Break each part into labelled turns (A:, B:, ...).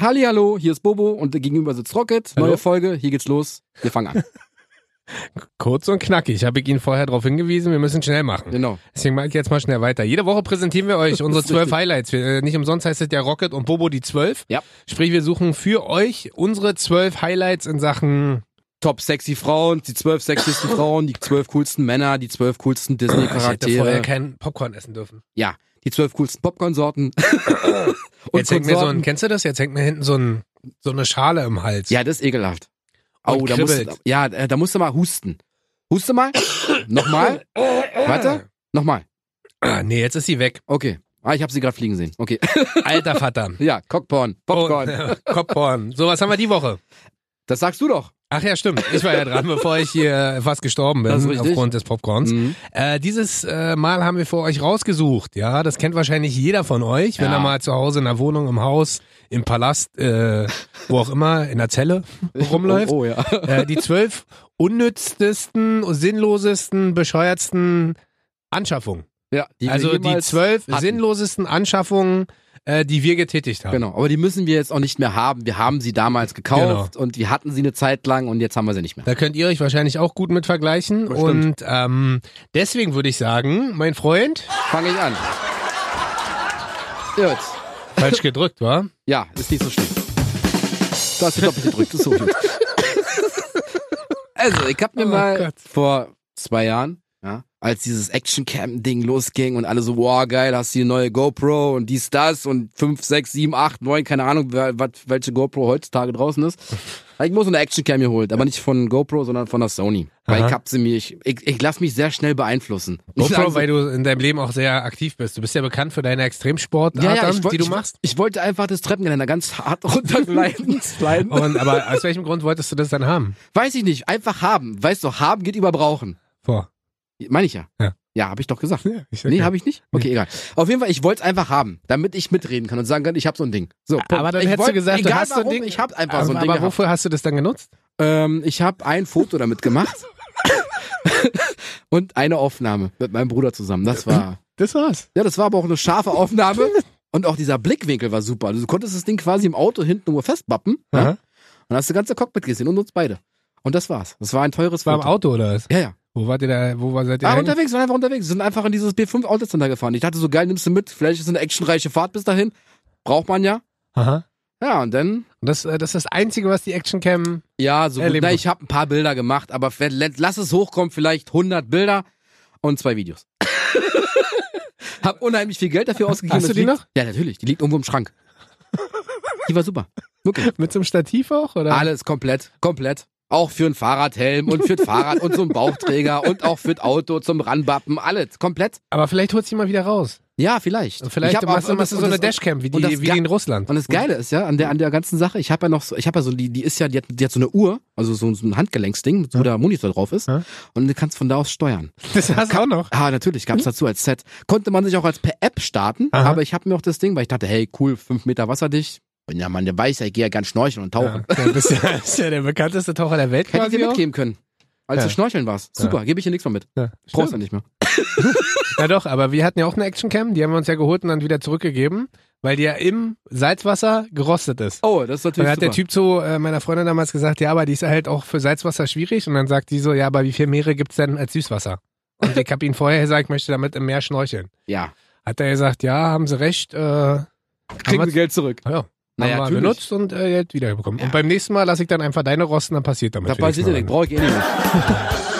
A: Hallihallo, hier ist Bobo und gegenüber sitzt Rocket. Neue
B: Hallo.
A: Folge, hier geht's los. Wir fangen an.
B: Kurz und knackig. Habe ich Ihnen vorher darauf hingewiesen, wir müssen schnell machen.
A: Genau.
B: Deswegen mache ich jetzt mal schnell weiter. Jede Woche präsentieren wir euch unsere
A: Das ist
B: zwölf
A: richtig.
B: Highlights. Wir, äh, nicht umsonst heißt es ja Rocket und Bobo die zwölf.
A: Ja.
B: Sprich, wir suchen für euch unsere zwölf Highlights in Sachen
A: Top sexy Frauen, die zwölf sexiesten Frauen, die zwölf coolsten Männer, die zwölf coolsten
B: Ich hätte vorher
A: Disney-Charaktere,
B: kein Popcorn essen dürfen.
A: ja, die zwölf coolsten Popcorn-Sorten. und
B: Jetzt hängt mir so ein,
A: Konsorten.
B: kennst du das? Jetzt hängt mir hinten so, ein, so eine Schale im Hals.
A: Ja, das ist ekelhaft.
B: Und
A: Oh, da musst, du-
B: kribbelt.
A: ja, äh, da musst du mal husten. Huste mal. Nochmal. Warte. Nochmal.
B: Ah, nee, jetzt ist sie weg.
A: Okay. Ah, ich habe sie gerade fliegen sehen. Okay.
B: Alter Vater.
A: Ja, Cockporn, Popcorn.
B: Oh, Popcorn. So, was haben wir die Woche?
A: Das sagst du doch.
B: Ach ja, stimmt. Ich war ja dran, bevor ich hier fast gestorben bin
A: Das ist richtig.
B: aufgrund des Popcorns.
A: Mhm.
B: Äh, dieses äh, Mal haben wir für euch rausgesucht. Ja, das kennt wahrscheinlich jeder von euch, wenn
A: Ja.
B: er mal zu Hause in der Wohnung, im Haus, im Palast, äh, wo auch immer, in der Zelle rumläuft.
A: Oh, oh ja.
B: Äh, die zwölf unnütztesten, sinnlosesten, bescheuertsten Anschaffungen.
A: ja die wir
B: also die
A: jemals
B: zwölf
A: hatten.
B: sinnlosesten Anschaffungen, äh, die wir getätigt haben.
A: Genau, aber die müssen wir jetzt auch nicht mehr haben. Wir haben sie damals gekauft und wir hatten sie eine Zeit lang und jetzt haben wir sie nicht mehr.
B: Da könnt ihr euch wahrscheinlich auch gut mit vergleichen.
A: Bestimmt.
B: Und ähm, deswegen würde ich sagen, mein Freund,
A: Fange ich an. Gut.
B: falsch gedrückt, war.
A: Ja, ist nicht so schlimm. Du hast hier doppelt gedrückt, ist so gut. Also, ich hab mir
B: Oh
A: mal
B: Gott.
A: vor zwei Jahren, ja, als dieses Action-Cam-Ding losging und alle so, wow, geil, hast du die neue GoPro und dies, das und 5, 6, 7, 8, 9, keine Ahnung, wer- wat, welche GoPro heutzutage draußen ist. Hab Ich muss eine Action-Cam geholt, aber nicht von GoPro, sondern von der Sony. Weil
B: Aha.
A: ich hab sie mir, ich, ich, ich lass mich sehr schnell beeinflussen. Ich sag
B: GoPro,
A: so,
B: weil du in deinem Leben auch sehr aktiv bist. Du bist ja bekannt für deine Extremsportarten,
A: ja, ja, ich wollt-
B: die du
A: ich-
B: machst.
A: Ich wollte einfach das Treppengeländer ganz hart runtergleiten. sliden.
B: Und, aber aus welchem Grund wolltest du das dann haben?
A: Weiß ich nicht, einfach haben. Weißt du, haben geht über brauchen.
B: Vor.
A: Meine ich ja.
B: Ja.
A: Ja, habe ich doch gesagt.
B: Ja, ich
A: Nee, habe ich nicht? Okay, egal. Auf jeden Fall, ich wollte es einfach haben, damit ich mitreden kann und sagen kann, ich habe so ein Ding. So, Punkt.
B: aber dann
A: ich
B: hättest
A: wollt-
B: du gesagt,
A: egal
B: du hast so
A: warum,
B: ein Ding.
A: Ich habe einfach so ein
B: aber,
A: Ding.
B: Aber
A: gehabt.
B: wofür hast du das dann genutzt?
A: Ähm, ich habe ein Foto damit gemacht und eine Aufnahme mit meinem Bruder zusammen. Das war,
B: Das war's.
A: ja, das war aber auch eine scharfe Aufnahme und auch dieser Blickwinkel war super. Also, du konntest das Ding quasi im Auto hinten nur festbappen ja? und
B: Aha.
A: hast du ganze Cockpit gesehen und uns beide. Und das war's. Das war ein teures
B: Das war im
A: Foto.
B: Auto oder was?
A: Ja, ja.
B: Wo wart ihr da? Wo war, seid ihr?
A: Ah,
B: hängen?
A: unterwegs, sind einfach unterwegs. Sind einfach in dieses B5 Outlet Center gefahren. Ich dachte so, geil, nimmst du mit. Vielleicht ist eine actionreiche Fahrt bis dahin. Braucht man ja.
B: Aha.
A: Ja, und dann,
B: Und das, äh, das ist das Einzige, was die Actioncam.
A: ja, so gut.
B: Erleben
A: Na,
B: wir.
A: ich habe ein paar Bilder gemacht, aber vielleicht- lass es hochkommen, vielleicht 100 Bilder und zwei Videos. hab unheimlich viel Geld dafür ausgegeben.
B: Hast du
A: Das
B: die
A: liegt,
B: noch?
A: Ja, natürlich. Die liegt irgendwo im Schrank. Die war super. Wirklich.
B: Mit so einem Stativ auch? Oder?
A: Alles komplett, komplett. Auch für einen Fahrradhelm und für ein Fahrrad und so einen Bauchträger und auch für ein Auto zum Ranbappen. Alles komplett.
B: Aber vielleicht holst du die mal wieder raus.
A: Ja, vielleicht.
B: Und
A: Ich
B: vielleicht
A: hab
B: du machst
A: auch-
B: du
A: und
B: machst du
A: das-
B: so
A: und
B: eine
A: das-
B: Dashcam, wie,
A: und das
B: die, wie
A: Ga-
B: in Russland.
A: Und das Geile ist ja, an der, an der ganzen Sache, ich habe ja noch so, ich habe ja so, die, die ist ja, die hat, die hat so eine Uhr, also so, so ein Handgelenksding, wo der Monitor drauf ist.
B: Ja.
A: Und du kannst von da aus steuern.
B: Das hast du auch noch.
A: Ah, natürlich, gab's dazu als Set. Konnte man sich auch als per App starten,
B: Hm? Aha.
A: aber ich habe mir auch das Ding, weil ich dachte, hey, cool, fünf Meter wasserdicht. Bin ja Mann, der weiß ja, ich gehe ja gern schnorcheln und tauchen.
B: Ja, du bist ja, bist ja der bekannteste Taucher der Welt.
A: Hätte ich
B: quasi
A: dir
B: auch.
A: mitgeben können. Als
B: Ja.
A: du schnorcheln warst. Super, gebe ich dir nichts mehr mit.
B: Ja,
A: Brauchst
B: stimmt.
A: du nicht mehr.
B: ja doch, aber wir hatten ja auch eine Actioncam, die haben wir uns ja geholt und dann wieder zurückgegeben, weil die ja im Salzwasser gerostet ist.
A: Oh, das ist
B: Und
A: natürlich
B: dann hat der
A: super.
B: Typ zu äh, meiner Freundin damals gesagt, ja, aber die ist halt auch für Salzwasser schwierig. Und dann sagt die so, ja, aber wie viel Meere gibt's denn als Süßwasser? Und ich hab ihn vorher gesagt, ich möchte damit im Meer schnorcheln.
A: Ja,
B: Hat er gesagt, ja, haben sie recht, äh, haben
A: kriegen
B: wir,
A: sie Geld zurück.
B: ja, haben
A: Naja,
B: wir
A: natürlich.
B: benutzt und äh, jetzt wiederbekommen.
A: Ja.
B: Und beim nächsten Mal lasse ich dann einfach deine rosten, dann passiert damit.
A: Da passiert ja nichts,
B: wenigstens mal
A: brauche ich eh nicht mehr.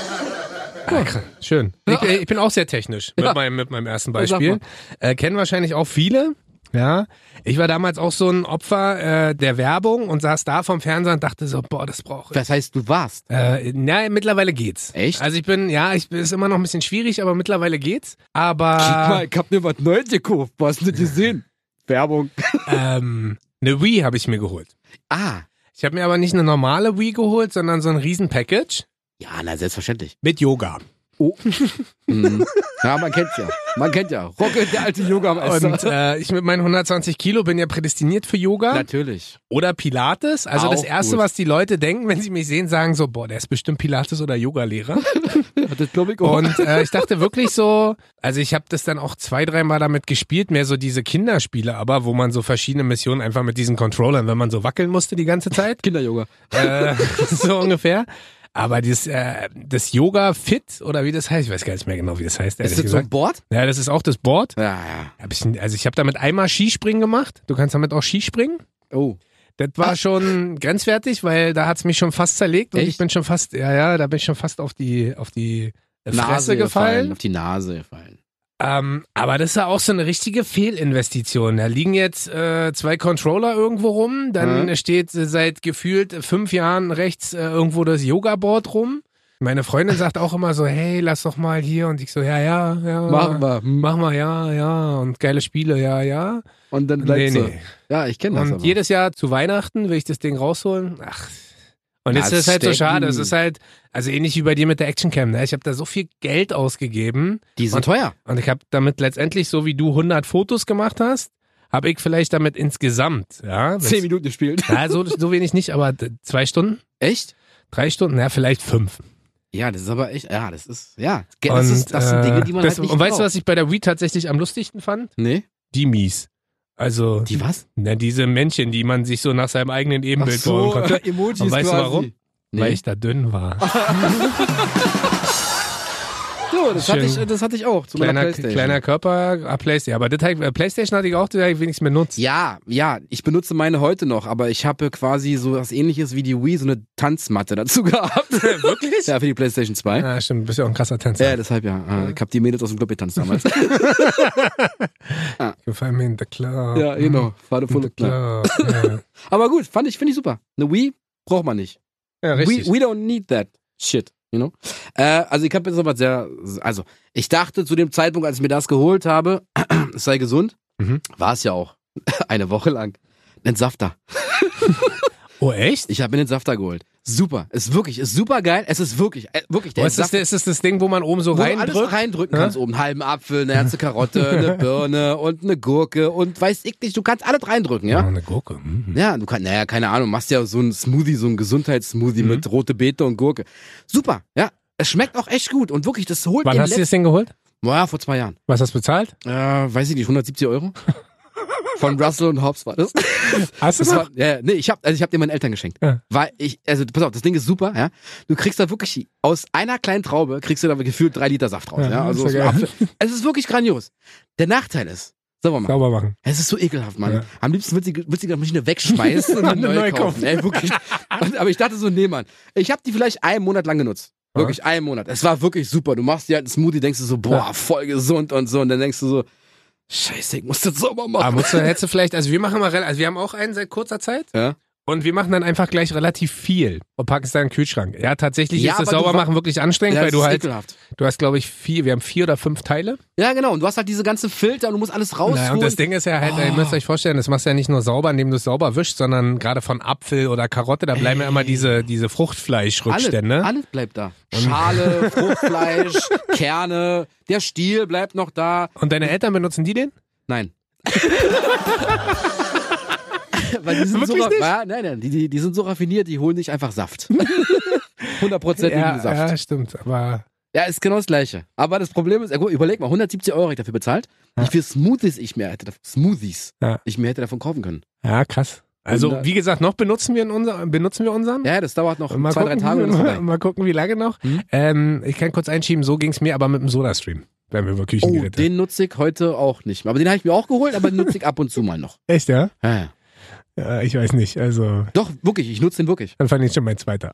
B: Ah, krass. Schön.
A: Ja.
B: Ich, ich bin auch sehr technisch mit,
A: Ja.
B: meinem, mit meinem ersten
A: Ja, sag
B: Beispiel. Äh, kennen wahrscheinlich auch viele. Ja, ich war damals auch so ein Opfer äh, der Werbung und saß da vom Fernseher und dachte so, boah, das brauche ich.
A: Das heißt, du warst.
B: Äh, na, mittlerweile geht's.
A: Echt?
B: Also ich bin, ja, ich ist immer noch ein bisschen schwierig, aber mittlerweile geht's. Aber
A: ich hab mir was Neues gekauft. Was hast du gesehen? Werbung.
B: ähm, eine Wii habe ich mir geholt.
A: Ah.
B: Ich habe mir aber nicht eine normale Wii geholt, sondern so ein Riesen-Package
A: Ja, na, selbstverständlich.
B: mit Yoga. Oh.
A: Mhm. Ja, man kennt ja. Man kennt ja. Rocke, der alte Yoga-Meister.
B: Und äh, ich mit meinen 120 Kilo bin ja prädestiniert für Yoga
A: Natürlich.
B: oder Pilates. Also das
A: Auch
B: Erste,
A: gut.
B: was die Leute denken, wenn sie mich sehen, sagen so, boah, der ist bestimmt Pilates oder Yoga-Lehrer.
A: Das glaube ich auch.
B: Und äh, ich dachte wirklich so, also ich habe das dann auch zwei, dreimal damit gespielt, mehr so diese Kinderspiele, aber wo man so verschiedene Missionen einfach mit diesen Controllern, wenn man so wackeln musste die ganze Zeit,
A: Kinder-Yoga.
B: äh, so ungefähr. Aber dieses, äh, das Yoga Fit oder wie das heißt, ich weiß gar nicht mehr genau, wie das heißt, ehrlich
A: Ist das so
B: gesagt.
A: ein Board?
B: ja, das ist auch das Board.
A: Ja, ja.
B: Hab ich, also ich habe damit einmal Skispringen gemacht. Du kannst damit auch Skispringen.
A: Oh.
B: Das war schon grenzwertig, weil da hat's mich schon fast zerlegt und ich
A: Echt?
B: bin schon fast, ja, ja, da bin ich schon fast auf die, auf die äh, Fresse gefallen.
A: Auf die Nase gefallen.
B: Ähm, aber das ist ja auch so eine richtige Fehlinvestition. Da liegen jetzt äh, zwei Controller irgendwo rum, dann
A: Mhm.
B: steht äh, seit gefühlt fünf Jahren rechts äh, irgendwo das Yoga-Board rum. Meine Freundin sagt auch immer so, hey, lass doch mal hier. Und ich so, ja, ja, ja.
A: Machen wir. Hm.
B: Mach mal, ja, ja. Und geile Spiele, ja, ja.
A: Und dann bleibst du. Ja, ich kenne das
B: Und
A: aber.
B: jedes Jahr zu Weihnachten will ich das Ding rausholen. Ach. Und
A: Das
B: jetzt ist es halt so
A: stecken.
B: schade. Es ist halt, also ähnlich wie bei dir mit der Actioncam. Ne? Ich habe da so viel Geld ausgegeben.
A: die sind
B: und-
A: teuer.
B: Und ich habe damit letztendlich, so wie du 100 Fotos gemacht hast, habe ich vielleicht damit insgesamt, ja,
A: Zehn Minuten gespielt.
B: ja so, so wenig nicht, aber d- zwei Stunden,
A: Echt?
B: drei Stunden, ja, vielleicht fünf.
A: Ja, das ist aber echt. Ja, das ist. Ja, das, ist, das sind
B: äh,
A: Dinge, die man
B: das,
A: halt nicht
B: Und weißt du,
A: braucht.
B: was ich bei der Wii tatsächlich am lustigsten fand?
A: Nee?
B: Die Mies. Also,
A: Die was?
B: na, diese Männchen, die man sich so nach seinem eigenen Ebenbild bauen konnte.
A: äh, Emojis
B: Und weißt du
A: quasi.
B: warum?
A: Nee.
B: Weil ich da dünn war.
A: so, das hatte, ich,
B: Schön.
A: das hatte ich auch. Zu meiner
B: kleiner,
A: Playstation.
B: kleiner Körper, ah, Playstation. Aber das, hat- äh, Playstation hatte ich auch, das habe ich wenigstens benutzt.
A: Ja, ja, ich benutze meine heute noch, aber ich habe quasi so was ähnliches wie die Wii, so eine Tanzmatte dazu gehabt. Wirklich? Ja, für die PlayStation 2.
B: Ah, stimmt, du bist ja auch ein krasser Tänzer.
A: Ja, deshalb ja. Ah, Ich habe die Mädels aus dem Club getanzt damals.
B: You find me in the club.
A: ja,
B: mhm.
A: genau. War
B: In the
A: voll klar.
B: club. Ja,
A: Aber gut, fand ich, finde ich super. Eine Wii braucht man nicht.
B: ja
A: We,
B: richtig.
A: we don't need that shit, you know? Äh, also ich habe jetzt noch was sehr, also ich dachte zu dem Zeitpunkt, als ich mir das geholt habe, es sei gesund,
B: Mhm.
A: war es ja auch eine Woche lang. Ein Safter.
B: oh, echt?
A: Ich habe mir den Safter geholt. Super, ist wirklich, ist super geil. Es ist wirklich, äh, wirklich der
B: Oh, ist, das,
A: Safter.
B: ist das das Ding, wo man oben so
A: Wo du alles
B: reindrückt?
A: reindrücken
B: Ja?
A: kannst. Oben einen halben Apfel, eine ganze Karotte, eine Birne und eine Gurke und weiß ich nicht, du kannst alles reindrücken, ja?
B: Oh, eine Gurke. Mhm.
A: Ja, du kannst, naja, keine Ahnung, machst ja so einen Smoothie, so einen Gesundheitssmoothie mit rote Beete und Gurke. Super, ja. Es schmeckt auch echt gut und wirklich, das holt
B: Wann
A: den
B: hast du
A: letzten,
B: das Ding geholt?
A: Naja, vor zwei Jahren.
B: Was hast du bezahlt?
A: Äh, weiß ich nicht, 170 Euro? Von Russell und Hobbs war das.
B: Hast du
A: Das
B: es
A: war, ja, ja, nee, ich hab, also ich hab dir meinen Eltern geschenkt.
B: Ja.
A: Weil ich, also pass auf, das Ding ist super, ja. Du kriegst da wirklich aus einer kleinen Traube kriegst du da gefühlt drei Liter Saft raus,
B: Ja,
A: ja.
B: ist
A: Also
B: ja
A: aus dem
B: geil.
A: Apfel. es ist wirklich grandios. Der Nachteil ist, sagen wir mal,
B: sauber machen?
A: es ist so ekelhaft, Mann.
B: Ja.
A: Am liebsten würde ich, würd ich noch nicht eine wegschmeißen und eine neue kaufen. Ey, wirklich. Und, aber ich dachte so, nee, Mann. Ich habe die vielleicht einen Monat lang genutzt. Wirklich einen Monat. Es war wirklich super. Du machst dir halt einen Smoothie, denkst du so, boah, voll gesund und so. Und dann denkst du so, scheiße, ich muss das sauber
B: Aber
A: machen.
B: Ah, musst du, hättest du vielleicht, also wir machen mal, rel- also wir haben auch einen seit kurzer Zeit.
A: Ja.
B: Und wir machen dann einfach gleich relativ viel und packen es dann in den Kühlschrank. Ja, tatsächlich
A: Ja,
B: ist das
A: aber du wa-
B: Saubermachen wirklich anstrengend,
A: ja,
B: weil
A: das
B: du
A: ist
B: halt,
A: ekelhaft.
B: du hast glaube ich vier, wir haben vier oder fünf Teile.
A: Ja, genau. Und du hast halt diese ganzen Filter und du musst alles rausholen.
B: Naja, und das Ding ist ja halt, ihr müsst euch vorstellen, das machst du ja nicht nur sauber, indem du es sauber wischst, sondern gerade von Apfel oder Karotte, da bleiben ja immer diese, diese
A: alles,
B: Fruchtfleischrückstände.
A: alles bleibt da. Schale, Fruchtfleisch, Kerne, der Stiel bleibt noch da.
B: Und deine Eltern benutzen die den?
A: Nein. Weil die sind so,
B: Wirklich
A: ra-
B: nicht?
A: ja, nein, nein, die, die, die sind so raffiniert, die holen sich einfach Saft. 100% ja, Saft.
B: ja, stimmt. Aber
A: Ja. ist genau das gleiche. Aber das Problem ist, ja, guck, überleg mal, 170 Euro hab ich dafür bezahlt. Wie viel Smoothies ich mir hätte, Smoothies
B: Ja.
A: ich mir hätte davon kaufen können.
B: ja, krass. Also
A: Wunder-
B: wie gesagt, noch benutzen wir in unser, benutzen wir unseren.
A: Ja, das dauert noch
B: mal,
A: zwei, drei
B: gucken,
A: Tage und ist
B: mal,
A: vorbei.
B: mal gucken, wie lange noch.
A: Hm?
B: Ähm, ich kann kurz einschieben, so ging's mir, aber mit dem Soda-Stream, wenn wir über
A: Oh,
B: Küchengeräte.
A: den nutze ich heute auch nicht mehr. Aber den habe ich mir auch geholt, aber den nutze ich ab und zu mal noch.
B: Echt, ja?
A: Ja, ja.
B: ja? Ich weiß nicht. Also,
A: Ah. Doch, wirklich, ich nutze den wirklich.
B: Dann fand ich schon mein zweiter.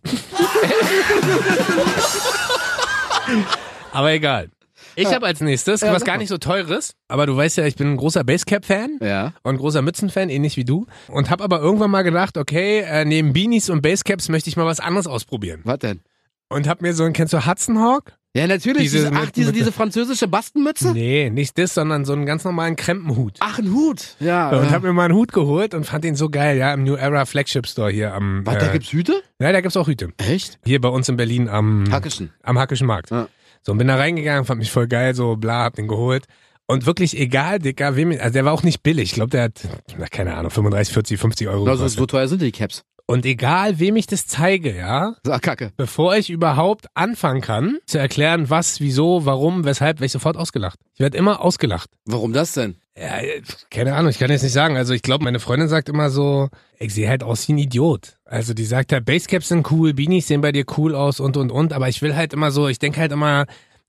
B: aber egal. Ich habe als nächstes
A: Ja,
B: was
A: sag
B: gar
A: mal.
B: nicht so teures, aber du weißt ja, ich bin ein großer Basecap-Fan
A: Ja.
B: und großer Mützen-Fan, ähnlich wie du. Und habe aber irgendwann mal gedacht, okay, äh, neben Beanies und Basecaps möchte ich mal was anderes ausprobieren.
A: Was denn?
B: Und habe mir so ein, kennst du Hudson Hawk?
A: Ja, natürlich.
B: Diese
A: Diese,
B: mit-
A: ach, diese,
B: mit-
A: diese französische Bastenmütze?
B: Nee, nicht das, sondern so einen ganz normalen Krempenhut.
A: Ach, ein Hut. Ja.
B: Und
A: äh.
B: habe mir mal einen Hut geholt und fand den so geil, ja, im New Era Flagship Store hier am...
A: Was, da
B: äh,
A: gibt's Hüte? Hm.
B: ja, da gibt's auch Hüte.
A: Echt?
B: Hier bei uns in Berlin am...
A: Hackischen.
B: Am Hackischen Markt.
A: Ja.
B: So, und bin da reingegangen, fand mich voll geil, so bla, hab den geholt. Und wirklich egal, Dicker, wem, also der war auch nicht billig. Ich glaube, der hat, na, keine Ahnung, 35, 40, 50 Euro
A: Also,
B: gekostet.
A: so teuer sind die Caps.
B: Und egal, wem ich das zeige, ja,
A: Ah, Kacke.
B: bevor ich überhaupt anfangen kann, zu erklären, was, wieso, warum, weshalb, werde ich sofort ausgelacht. Ich werde immer ausgelacht.
A: Warum das denn?
B: Ja, äh, keine Ahnung, ich kann jetzt nicht sagen. Also ich glaube, meine Freundin sagt immer so, ich sehe halt aus wie ein Idiot. Also die sagt halt, Basecaps sind cool, Beanies sehen bei dir cool aus und, und, und. Aber ich will halt immer so, ich denke halt immer,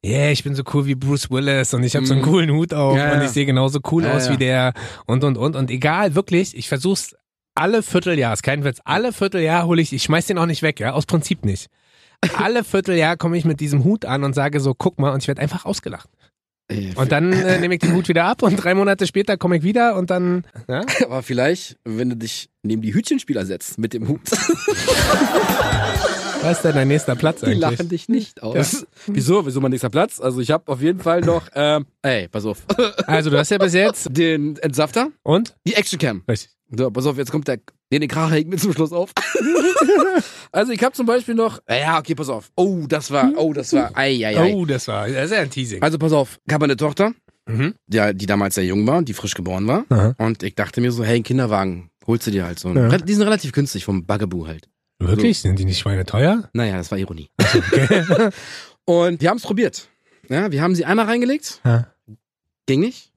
B: yeah, ich bin so cool wie Bruce Willis und ich habe so einen
A: Mhm.
B: coolen Hut auf
A: Ja,
B: und
A: ja.
B: ich sehe genauso cool
A: Ja,
B: aus
A: ja.
B: wie der und, und, und. Und egal, wirklich, ich versuch's alle Vierteljahr, ist kein Witz, alle Vierteljahr hole ich, ich schmeiß den auch nicht weg, ja, aus Prinzip nicht. Alle Vierteljahr komme ich mit diesem Hut an und sage so, guck mal, und ich werde einfach ausgelacht.
A: Ey,
B: Und dann äh, nehme ich den Hut wieder ab und drei Monate später komme ich wieder und dann. Ja?
A: aber vielleicht, wenn du dich neben die Hütchenspieler setzt mit dem Hut,
B: Was ist denn dein nächster Platz
A: die
B: eigentlich?
A: lachen dich nicht aus. Wieso? Wieso mein nächster Platz? Also ich habe auf jeden Fall noch, ähm, ey, pass auf,
B: Also du hast ja bis jetzt
A: den Entsafter,
B: und?
A: die Actioncam.
B: Richtig.
A: So, pass auf, jetzt kommt der. Nee, den Kracher hängt mir zum Schluss auf. also ich habe zum Beispiel noch. Ah Ja, okay, pass auf. Oh, das war. Oh, das war. Ei, ei, ei.
B: Oh, das war das ist ja ein Teasing.
A: Also pass auf, ich habe eine Tochter,
B: Mhm.
A: die, die damals sehr jung war, die frisch geboren war.
B: Aha.
A: Und ich dachte mir so, hey, einen Kinderwagen, holst du dir halt so. einen.
B: Ja.
A: Die sind relativ günstig vom Bugaboo halt.
B: Wirklich? Sind die nicht schweineteuer?
A: Naja, das war Ironie. und wir haben es probiert. Ja, wir haben sie einmal reingelegt,
B: Ja.
A: ging nicht.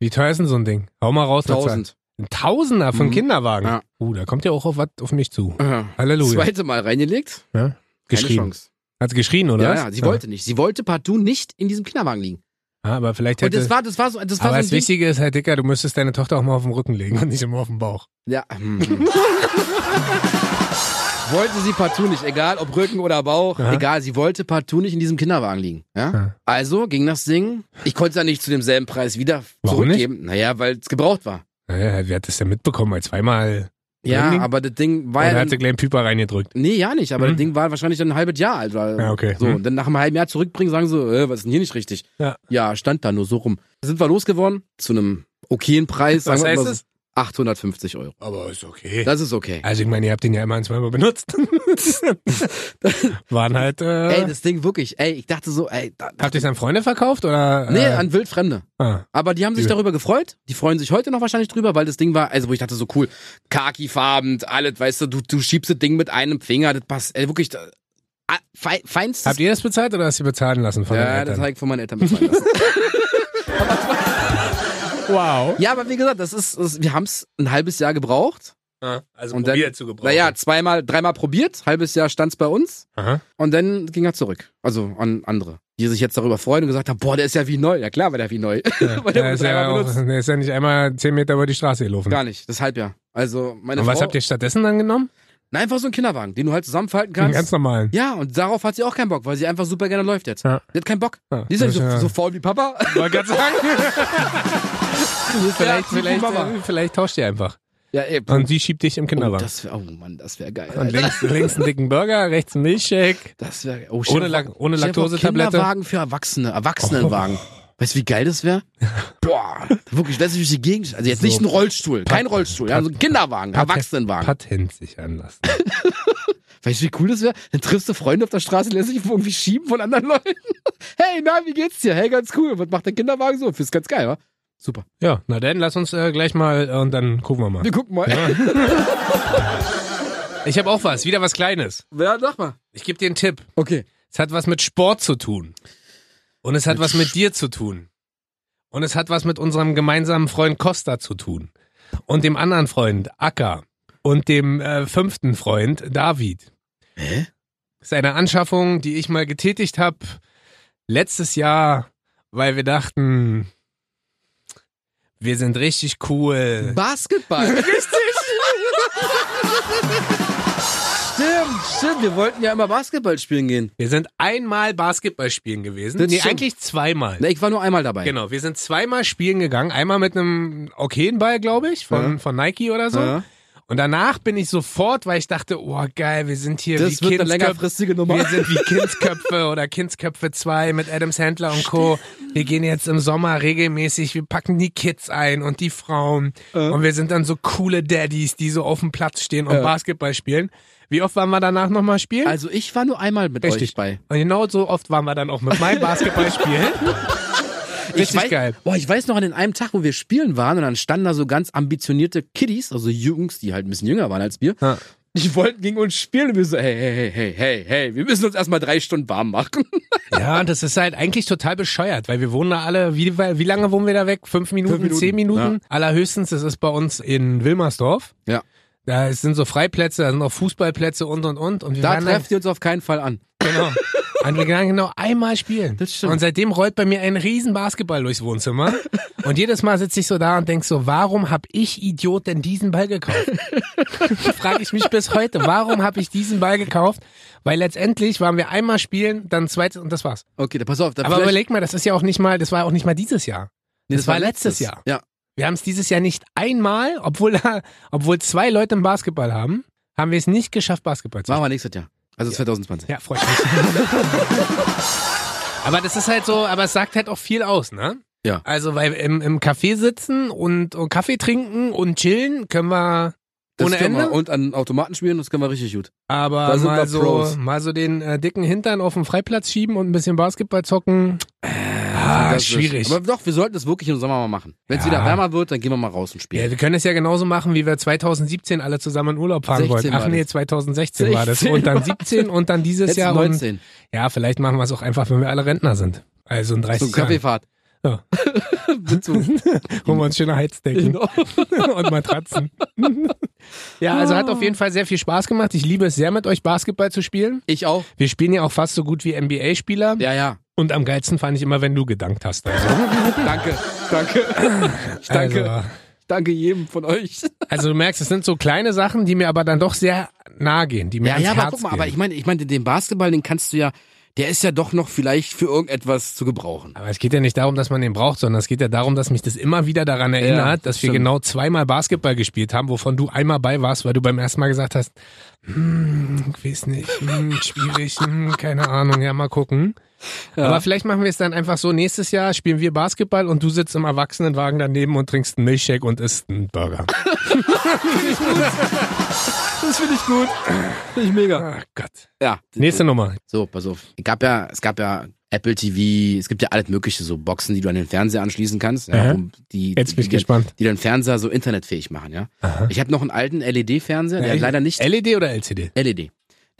B: Wie teuer ist denn so ein Ding? Hau mal raus. eine Zahl.
A: Tausend.
B: Ein Tausender für einen
A: Mhm.
B: Kinderwagen.
A: Ja.
B: Uh, da kommt ja auch auf was auf mich zu.
A: Aha.
B: Halleluja.
A: Zweite Mal reingelegt, keine
B: geschrien.
A: Chance.
B: Hat sie geschrien, oder?
A: Ja,
B: was?
A: ja, sie wollte nicht. Sie wollte partout nicht in diesem Kinderwagen liegen.
B: Ja, aber vielleicht
A: Und
B: hätte.
A: das war, das war so, das war
B: aber
A: so
B: das
A: ein Ding.
B: Wichtige ist halt, Dicker, du müsstest deine Tochter auch mal auf den Rücken legen und nicht immer auf den Bauch.
A: Ja. hm. wollte sie partout nicht, egal ob Rücken oder Bauch,
B: Aha.
A: egal, sie wollte partout nicht in diesem Kinderwagen liegen. Ja?
B: Ja.
A: Also ging das Ding. Ich konnte es ja nicht zu demselben Preis wieder
B: Warum
A: zurückgeben. Naja, weil es gebraucht war.
B: Naja, wer hat das denn mitbekommen? Weil zweimal.
A: Ja,
B: Drin?
A: aber das Ding war
B: Weil
A: ja
B: hat sie
A: dann,
B: gleich einen Pieper reingedrückt.
A: Nee, ja nicht, aber
B: Mhm.
A: das Ding war wahrscheinlich dann ein halbes Jahr alt. War,
B: Ja, okay.
A: So,
B: Mhm.
A: und dann nach einem halben Jahr zurückbringen, sagen so, äh, was ist denn hier nicht richtig?
B: Ja.
A: stand da nur so rum. Sind wir losgeworden zu einem okayen Preis.
B: Was
A: sagen wir
B: heißt
A: mal
B: es?
A: so 850 Euro.
B: Aber ist okay.
A: Das ist okay.
B: Also ich meine, ihr habt den ja immer ein, zweimal benutzt. Waren halt. Äh,
A: Ey, das Ding wirklich. Ey, ich dachte so, ey, da,
B: habt ihr es an Freunde verkauft oder?
A: nee,
B: äh,
A: an Wildfremde.
B: ah,
A: Aber die haben sich
B: Übel.
A: darüber gefreut. Die freuen sich heute noch wahrscheinlich drüber, weil das Ding war, also wo ich dachte so cool, khaki-farben, alles, weißt du, du, du schiebst das Ding mit einem Finger, das passt, ey, wirklich, da- ah, fei- feinstes.
B: habt ihr das bezahlt oder hast du bezahlen lassen von
A: ja,
B: den
A: das
B: Eltern?
A: habe ich von meinen Eltern bezahlen lassen.
B: wow.
A: ja, aber wie gesagt, das ist, das, wir haben es ein halbes Jahr gebraucht.
B: Also
A: Und dann- probiert
B: zu gebrauchen.
A: Naja, zweimal, dreimal probiert, halbes Jahr stand's bei uns
B: Aha.
A: und dann ging er zurück. Also an andere, die sich jetzt darüber freuen und gesagt haben, boah, der ist ja wie neu. Ja klar, war der wie neu.
B: Ja,
A: Weil
B: der ist
A: wurde
B: ja,
A: einmal
B: auch,
A: benutzt.
B: der ist ja nicht einmal zehn Meter über die Straße gelaufen.
A: Gar nicht, das Halbjahr. Also meine
B: Und
A: Frau,
B: was habt ihr stattdessen dann genommen?
A: Nein, einfach so einen Kinderwagen, den du halt zusammenfalten
B: Einen
A: kannst.
B: ganz normalen.
A: Ja, und darauf hat sie auch keinen Bock, weil sie einfach super gerne läuft jetzt.
B: Ja.
A: Die hat keinen Bock.
B: Ja,
A: Die ist ja nicht so,
B: Ah, ja.
A: so faul wie Papa.
B: Wollte gerade sagen. vielleicht,
A: Ja,
B: vielleicht,
A: Mama.
B: äh, vielleicht tauscht ihr einfach.
A: Ja, ey, pff,
B: Und sie schiebt dich im
A: oh,
B: Kinderwagen.
A: das wär, oh Mann, das wäre geil.
B: Und
A: Alter.
B: links, links einen dicken Burger, rechts einen Milchshake.
A: Das wäre oh,
B: Ohne,
A: Chef-
B: Lak- ohne
A: Chef,
B: Laktosetablette. Oh.
A: Kinderwagen für Erwachsene, Erwachsenenwagen. Weißt du, wie geil das wäre? Boah, wirklich, das ist durch die Gegend. Also jetzt
B: So.
A: nicht ein Rollstuhl, kein Rollstuhl, ja, so ein Kinderwagen,
B: Pat-
A: Erwachsenenwagen.
B: Patent sich anlassen.
A: Weißt du, wie cool das wäre? Dann triffst du Freunde auf der Straße, die lässt sich irgendwie schieben von anderen Leuten. Hey, na, wie geht's dir? Hey, ganz cool. Was macht der Kinderwagen so? Findest ganz geil, wa? Super.
B: Ja, na dann lass uns äh, gleich mal äh, und dann gucken wir mal.
A: Wir gucken mal. Ja,
B: Ich habe auch was, wieder was Kleines.
A: sag mal.
B: Ich gebe dir einen Tipp.
A: Okay.
B: Es hat was mit Sport zu tun. Und es hat
A: Mit
B: was mit dir zu tun. Und es hat was mit unserem gemeinsamen Freund Costa zu tun. Und dem anderen Freund Acker. Und dem äh, fünften Freund David.
A: Hä?
B: ist eine Anschaffung, die ich mal getätigt habe letztes Jahr, weil wir dachten, wir sind richtig cool.
A: Basketball. stimmt, stimmt. Wir wollten ja immer Basketball spielen gehen.
B: Wir sind einmal Basketball spielen gewesen.
A: Das
B: nee,
A: stimmt.
B: eigentlich zweimal.
A: Na, ich war nur einmal dabei.
B: Genau, wir sind zweimal spielen gegangen. Einmal mit einem okayen Ball, glaube ich, von,
A: Ja.
B: von Nike oder so.
A: Ja.
B: Und danach bin ich sofort, weil ich dachte, oh geil, wir sind hier
A: Das
B: wie
A: wird eine
B: Kindsköpfe.
A: längerfristige
B: Wir
A: Nummer.
B: sind wie Kindsköpfe oder Kindsköpfe 2 mit Adam Sandler und Co. Wir gehen jetzt im Sommer regelmäßig, wir packen die Kids ein und die Frauen. Und wir sind dann so coole Daddies, die so auf dem Platz stehen und
A: Ja.
B: Basketball spielen. Wie oft waren wir danach nochmal spielen?
A: Also ich war nur einmal mit euch bei.
B: Und genau so oft waren wir dann auch mit meinem Basketball spielen.
A: ich
B: Richtig
A: weiß,
B: geil.
A: Boah, ich weiß noch an den einem Tag, wo wir spielen waren und dann standen da so ganz ambitionierte Kiddies, also Jungs, die halt ein bisschen jünger waren als wir.
B: Ja.
A: Die wollten gegen uns spielen und wir so, hey, hey, hey, hey, hey, hey, wir müssen uns erstmal drei Stunden warm machen.
B: Ja, und das ist halt eigentlich total bescheuert, weil wir wohnen da alle, wie, wie lange wohnen wir da weg? Fünf Minuten,
A: Fünf Minuten,
B: zehn Minuten? Allerhöchstens, das ist bei uns in Wilmersdorf.
A: Ja.
B: Da es sind so Freiplätze, da sind auch Fußballplätze und und und. und wir
A: Da
B: waren dann-
A: trefft ihr uns auf keinen Fall an.
B: Genau. Und wir gingen genau einmal spielen.
A: Das stimmt.
B: Und seitdem rollt bei mir ein riesen Basketball durchs Wohnzimmer. Und jedes Mal sitze ich so da und denk so, warum hab ich Idiot denn diesen Ball gekauft? Frage ich mich bis heute, warum hab ich diesen Ball gekauft? Weil letztendlich waren wir einmal spielen, dann zweites und das war's.
A: Okay, dann pass auf. Dann
B: Aber
A: vielleicht-
B: überleg mal, das ist ja auch nicht mal, das war auch nicht mal dieses Jahr.
A: Nee,
B: das war letztes Jahr.
A: Ja.
B: Wir haben es dieses Jahr nicht einmal, obwohl da, obwohl zwei Leute im Basketball haben, haben wir es nicht geschafft, Basketball zu
A: Machen wir nächstes Jahr. Also 2020.
B: ja, freut mich. aber das ist halt so, aber es sagt halt auch viel aus, ne?
A: Ja.
B: Also, weil im, im Café sitzen und, und Kaffee trinken und chillen können wir
A: Das
B: ohne
A: können
B: Ende.
A: Wir. Und an Automaten spielen, das können wir richtig gut.
B: aber
A: da sind
B: mal
A: wir
B: so,
A: Pros.
B: mal so den äh, dicken Hintern auf den Freiplatz schieben und ein bisschen Basketball zocken. ah,
A: Äh, Das ist-
B: schwierig.
A: Aber doch, wir sollten das wirklich im Sommer mal machen. Wenn es
B: Ja.
A: wieder wärmer wird, dann gehen wir mal raus und
B: Ja,
A: spielen.
B: wir können es ja genauso machen, wie wir 2017 alle zusammen in Urlaub fahren
A: 16
B: wollten. Ach
A: war
B: nee,
A: das.
B: 2016 war das.
A: 16
B: Und dann 17 und dann dieses
A: Jetzt
B: Jahr. Und,
A: 19.
B: ja, vielleicht machen wir es auch einfach, wenn wir alle Rentner sind. Also in 30
A: So
B: Jahren.
A: Kaffeefahrt.
B: Ja.
A: Mit so-
B: Holen wir uns schöne Heizdecken
A: Genau.
B: und Matratzen. ja, also
A: Ah.
B: hat auf jeden Fall sehr viel Spaß gemacht. Ich liebe es sehr, mit euch Basketball zu spielen.
A: ich auch.
B: Wir spielen ja auch fast so gut wie NBA-Spieler.
A: Ja, ja.
B: Und am geilsten fand ich immer, wenn du gedankt hast. Also,
A: Danke, danke. Ich danke,
B: Also,
A: ich danke jedem von euch.
B: also du merkst, es sind so kleine Sachen, die mir aber dann doch sehr nahe gehen, die mir
A: Ja,
B: ans
A: ja,
B: Herz
A: aber guck mal,
B: gehen.
A: aber ich meine, ich meine, den Basketball, den kannst du ja, der ist ja doch noch vielleicht für irgendetwas zu gebrauchen.
B: Aber es geht ja nicht darum, dass man den braucht, sondern es geht ja darum, dass mich das immer wieder daran erinnert,
A: Ja,
B: dass wir
A: stimmt.
B: genau zweimal Basketball gespielt haben, wovon du einmal bei warst, weil du beim ersten Mal gesagt hast, hm, ich weiß nicht, hm, schwierig, hm, keine Ahnung, ja, mal gucken. Aber vielleicht machen wir es dann einfach so, nächstes Jahr spielen wir Basketball und du sitzt im Erwachsenenwagen daneben und trinkst einen Milchshake und isst einen Burger.
A: Das finde ich gut. Finde ich mega.
B: Ach Ah, Gott.
A: Ja.
B: Nächste Nummer.
A: So, pass auf. Es gab ja, es gab ja Apple TV, es gibt ja alles mögliche, so Boxen, die du an den Fernseher anschließen kannst. Ja,
B: Aha.
A: um die,
B: Jetzt bin ich
A: die,
B: gespannt.
A: die deinen Fernseher so internetfähig machen, ja. Ich habe noch einen alten LED-Fernseher, der
B: Ja, ich-
A: leider nicht
B: LED E oder LCD?
A: LED.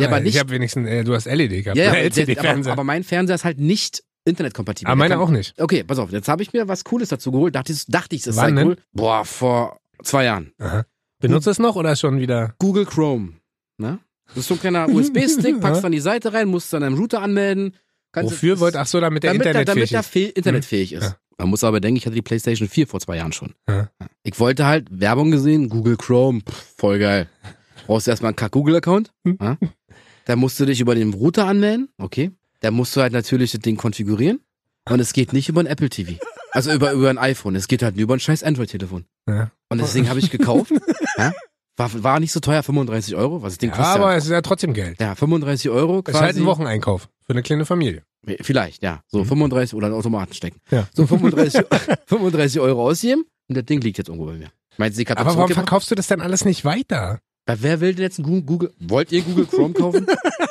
A: Der war nicht.
B: Ich habe wenigstens, äh, du hast LED gehabt.
A: ja, ja, der, aber,
B: LCD-Fernseher. Aber,
A: aber mein Fernseher ist halt nicht internetkompatibel. Der
B: Ah, meiner
A: kann-
B: auch nicht.
A: Okay, pass auf, jetzt habe ich mir was Cooles dazu geholt. Dachte, ich- dachte ich, das sei
B: Wann denn?
A: cool. Boah, vor zwei Jahren. Hm?
B: Benutzt es noch oder schon wieder?
A: Google Chrome. Ne? Das ist so ein kleiner USB-Stick,
B: Ja.
A: packst dann die Seite rein, musst dann deinem Router anmelden. kannst-
B: Wofür wollt ach so, damit der
A: damit, er, damit
B: Internetfähig
A: er
B: ist. Hm.
A: fe- internetfähig ist.
B: Ja.
A: Man muss aber denken, ich hatte die PlayStation 4 vor zwei Jahren schon.
B: Ja.
A: Ich wollte halt Werbung gesehen, Google Chrome, pff, voll geil. Brauchst erstmal einen Kack-Google-Account.
B: Hm.
A: Ja? Da musst du dich über den Router anmelden, okay. Da musst du halt natürlich das Ding konfigurieren. Und es geht nicht über ein Apple TV. Also über, über ein iPhone. Es geht halt nur über ein scheiß Android-Telefon.
B: Ja.
A: Und deswegen habe ich gekauft. ja? war, war nicht so teuer, 35 Euro. Was das Ding
B: Ja,
A: kostet.
B: aber es ist ja trotzdem Geld.
A: ja, 35 Euro
B: Es ist halt
A: quasi.
B: ein Mhm. Wocheneinkauf für eine kleine Familie.
A: Vielleicht, ja. So 35 oder einen Automaten stecken.
B: Ja.
A: So 35, 35 Euro ausgeben und das Ding liegt jetzt irgendwo bei mir. Meinst du, die
B: Aber warum
A: Katastrophe?
B: verkaufst du das dann alles nicht weiter?
A: Wer will denn jetzt einen Gu- Google? Wollt ihr Google Chrome kaufen?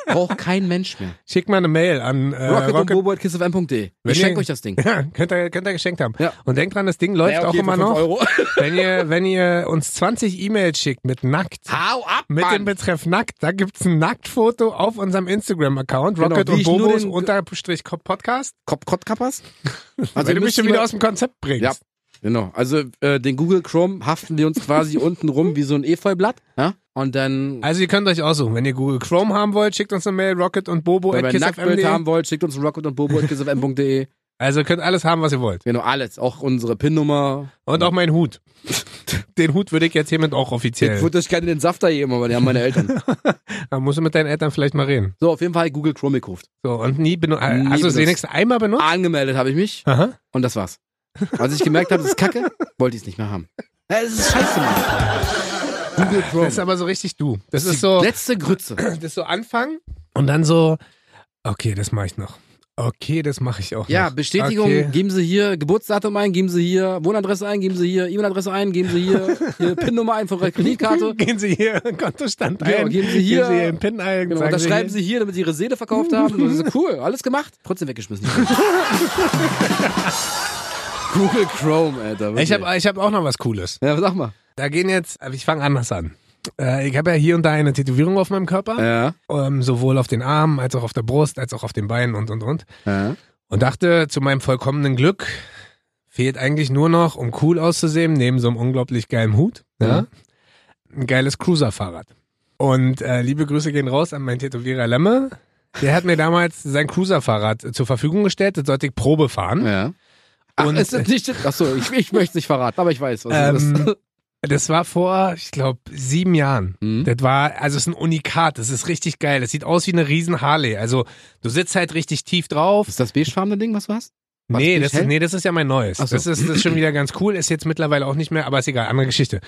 A: Braucht kein Mensch mehr.
B: Schick mal eine Mail an äh,
A: Rocket, und
B: Rocket.
A: Bobo at kissfm.de.
B: Wenn
A: Ich
B: ihr-
A: schenke euch das Ding.
B: Ja, könnt ihr, könnt ihr geschenkt haben.
A: Ja.
B: Und denkt dran, das Ding läuft
A: Naja,
B: auch
A: okay,
B: immer
A: für fünf
B: noch.
A: Euro.
B: Wenn ihr, wenn ihr uns 20 E-Mails schickt mit nackt,
A: Hau ab,
B: mit dem
A: Mann.
B: Betreff nackt, da gibt's ein Nacktfoto auf unserem Instagram-Account,
A: Genau,
B: Rocket
A: wie
B: und
A: ich nur
B: Bobos
A: den-
B: unterstrich Podcast,
A: Kop Kottkappers?
B: also weil du mich
A: müsst
B: schon
A: ihr
B: wieder
A: mal-
B: aus dem Konzept bringst.
A: Ja, genau. Also äh, den Google Chrome haften wir uns quasi unten rum wie so ein Efeublatt. Ja? Und dann,
B: Also ihr könnt euch aussuchen, wenn ihr Google Chrome haben wollt, schickt uns eine Mail, Rocket und Bobo
A: wenn ihr
B: at
A: ein Nacktbild
B: kissfm.de.
A: haben wollt, schickt uns Rocket und Bobo at kissfm.de.
B: Also ihr könnt alles haben, was ihr wollt.
A: e. Genau, alles. Auch unsere PIN-Nummer.
B: Und auch meinen Hut. Den Hut würde ich jetzt hiermit auch
A: Ich
B: offiziell.
A: würde euch gerne den Safter geben, aber die haben meine Eltern.
B: Da musst du mit deinen Eltern vielleicht mal reden.
A: So, auf jeden Fall Google Chrome gekauft.
B: So, und nie benutzt.
A: Nie
B: Hast du
A: benutzt. Ah. Oh
B: es wenigstens einmal benutzt?
A: Angemeldet habe ich mich
B: Aha.
A: und das war's. Als ich gemerkt habe, das ist kacke, wollte ich es nicht mehr haben. Ja, Es ist scheiße, Mann. Google Chrome.
B: Das ist aber so richtig du. Das
A: Die
B: ist so,
A: letzte Grütze.
B: das ist so Anfang und dann so, okay, das mache ich noch. Okay, das mache ich auch
A: Ja,
B: noch.
A: Bestätigung,
B: Okay.
A: geben Sie hier Geburtsdatum ein, geben Sie hier Wohnadresse ein, geben Sie hier E-Mail-Adresse ein, geben Sie hier, hier PIN-Nummer ein von Ihrer Kreditkarte.
B: Gehen Sie hier in den Kontostand
A: Genau,
B: ein.
A: geben Sie hier-
B: geben Sie hier einen PIN ein.
A: Genau,
B: sagen
A: das schreiben
B: hier-
A: Sie hier, damit Sie Ihre Seele verkauft haben. Und so, cool, alles gemacht. Trotzdem weggeschmissen. Google Chrome, Alter. wirklich.
B: Ich habe ich hab auch noch was Cooles.
A: ja, sag mal.
B: Da gehen jetzt, also ich fange anders an. Äh, Ich habe ja hier und da eine Tätowierung auf meinem Körper,
A: Ja,
B: ähm, sowohl auf den Armen als auch auf der Brust, als auch auf den Beinen und und und.
A: ja.
B: Und dachte, zu meinem vollkommenen Glück fehlt eigentlich nur noch, um cool auszusehen, neben so einem unglaublich geilen Hut, ja, ein geiles Cruiser-Fahrrad. Und äh, liebe Grüße gehen raus an meinen Tätowierer Lemme. Der hat mir damals sein Cruiser-Fahrrad zur Verfügung gestellt, das sollte ich Probe fahren.
A: ja. Ach,
B: Und-
A: ist das nicht, achso, ich, ich möchte es nicht verraten, aber ich weiß, was es ist.
B: Ähm, das war vor, ich glaube, sieben Jahren.
A: Mhm.
B: Das war, also es ist ein Unikat, das ist richtig geil. Das sieht aus wie eine riesen Harley. Also du sitzt halt richtig tief drauf.
A: Ist das beigefarbene Ding, was du hast? Was,
B: Nee
A: nicht
B: das,
A: hell?
B: ist, nee, das ist ja mein neues.
A: Ach so.
B: Das, ist, das ist schon wieder ganz cool, ist jetzt mittlerweile auch nicht mehr, aber ist egal, andere Geschichte.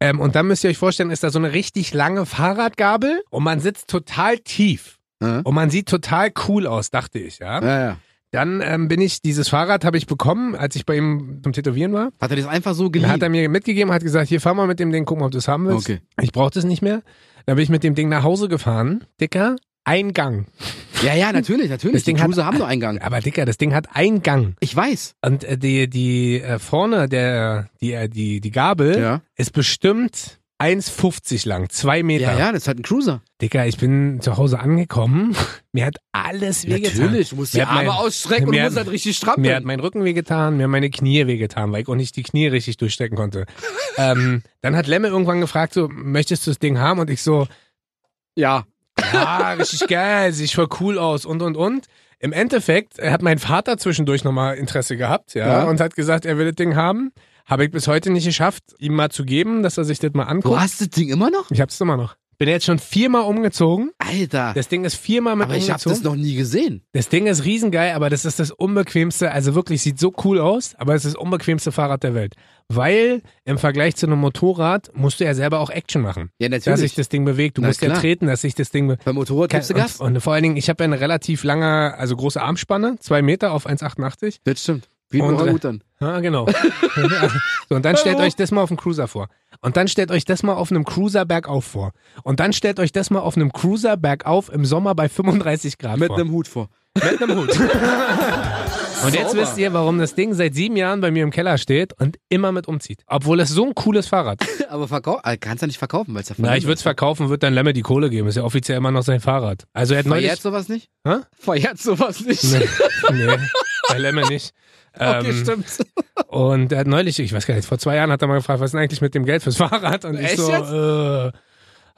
B: Ähm, und dann müsst ihr euch vorstellen, ist da so eine richtig lange Fahrradgabel und man sitzt total tief.
A: Ja.
B: Und man sieht total cool aus, dachte ich, ja.
A: Ja, ja.
B: Dann ähm, bin ich, dieses Fahrrad habe ich bekommen, als ich bei ihm zum Tätowieren war.
A: Hat er das einfach so
B: Dann
A: geliehen?
B: Hat er mir mitgegeben, hat gesagt, hier fahr mal mit dem Ding, guck mal, ob du es haben willst.
A: Okay.
B: Ich brauchte es nicht mehr. Dann bin ich mit dem Ding nach Hause gefahren. Dicker, ein Gang.
A: ja, ja, natürlich, natürlich.
B: Das Ding
A: die
B: hat-
A: Kruse haben nur einen Gang.
B: Aber Dicker, das Ding hat ein Gang.
A: Ich weiß.
B: Und äh, die, die äh, vorne, der, die, äh, die, die Gabel
A: Ja.
B: ist bestimmt 1,50 lang, zwei Meter.
A: Ja, ja, das ist halt ein Cruiser.
B: Dicker, ich bin zu Hause angekommen. Mir hat alles wehgetan.
A: Natürlich, du musst die
B: Mir hat mein-
A: Arme ausstrecken und
B: mir
A: du
B: hat-
A: musst halt richtig
B: Mir hat
A: strampeln.
B: mein Rücken wehgetan, mir haben meine Knie wehgetan, weil ich auch nicht die Knie richtig durchstecken konnte. ähm, dann hat Lemme irgendwann gefragt, so, möchtest du das Ding haben? Und ich so,
A: Ja,
B: ja, Ah, richtig geil, sieht voll cool aus und, und, und. Im Endeffekt hat mein Vater zwischendurch nochmal Interesse gehabt, ja,
A: Ja.
B: und hat gesagt, er will das Ding haben. Habe ich bis heute nicht geschafft, ihm mal zu geben, dass er sich das mal anguckt.
A: du hast das Ding immer noch?
B: Ich hab's immer noch. Bin jetzt schon viermal umgezogen.
A: Alter,
B: Das Ding ist viermal mit
A: aber ich habe
B: umgezogen.
A: das noch nie gesehen.
B: Das Ding ist riesengeil, aber das ist das unbequemste, also wirklich sieht so cool aus, aber es ist das unbequemste Fahrrad der Welt. Weil im Vergleich zu einem Motorrad musst du ja selber auch Action machen.
A: Ja,
B: Dass sich
A: natürlich.
B: das Ding bewegt. Du
A: Na
B: musst ja
A: klar.
B: treten, dass sich das Ding bewegt.
A: Beim Motorrad gibst du Gas.
B: Und, und vor allen Dingen, ich habe ja eine relativ lange, also große Armspanne, zwei Meter auf 1,88.
A: Das stimmt. Wie
B: Und,
A: ein
B: äh,
A: Orang dann.
B: Ja, genau. so, und dann stellt euch das mal auf einem Cruiser vor. Und dann stellt euch das mal auf einem Cruiser bergauf vor. Und dann stellt euch das mal auf einem Cruiser bergauf im Sommer bei 35 Grad
A: Mit
B: vor.
A: einem Hut vor.
B: Mit einem Hut. Und jetzt
A: Sauber.
B: wisst ihr, warum das Ding seit sieben Jahren bei mir im Keller steht und immer mit umzieht. Obwohl es so ein cooles Fahrrad ist.
A: Aber verkau äh, kannst du nicht verkaufen, weil es ja
B: Na, ich würde es verkaufen, würde dann Lemme die Kohle geben. Ist ja offiziell immer noch sein Fahrrad. Also er hat neulich...
A: Verjährt sowas nicht?
B: Hä?
A: Verjährt sowas nicht?
B: Nee, nee, bei Lemme nicht.
A: Okay,
B: Ähm,
A: stimmt.
B: und er hat neulich, ich weiß gar nicht, vor zwei Jahren hat er mal gefragt, was ist denn eigentlich mit dem Geld fürs Fahrrad? Und ich
A: Echt
B: so,
A: jetzt?
B: äh,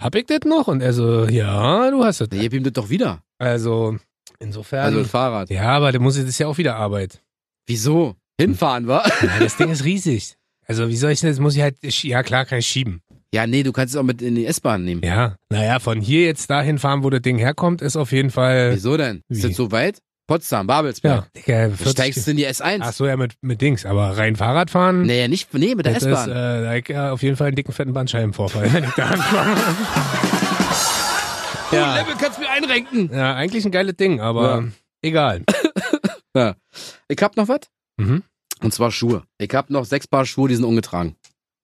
B: hab ich das noch? Und er so, ja, du hast es.
A: Nee, gib ihm das doch wieder.
B: Also, insofern...
A: Also das Fahrrad.
B: ja, aber da muss ich das ist ja auch wieder Arbeit.
A: Wieso? Hinfahren, wa?
B: Ja, das Ding ist riesig. Also wie soll ich denn das? Muss ich halt, ich- ja klar, kann ich schieben.
A: Ja, nee, du kannst es auch mit in die S-Bahn nehmen.
B: Ja, naja, von hier jetzt dahin fahren, wo das Ding herkommt, ist auf jeden Fall,
A: Wieso denn? Ist
B: Wie?
A: das so weit? Potsdam,
B: ja,
A: Babelsberg.
B: Digga,
A: Du steigst
B: 40,
A: in die S1.
B: ach so, ja, mit, mit Dings, aber rein Fahrrad fahren,
A: Nee, nicht, nee, mit der
B: das ist, äh,
A: S-Bahn.
B: da hab ich, ja, auf jeden Fall einen dicken, fetten Bandscheibenvorfall, wenn ich da anfange. ja,
A: kannst du mir einrenken.
B: ja, eigentlich ein geiles Ding, aber
A: Ja.
B: egal.
A: Ja. Ich hab noch was.
B: Mhm.
A: Und zwar Schuhe. Ich hab noch sechs Paar Schuhe, die sind ungetragen.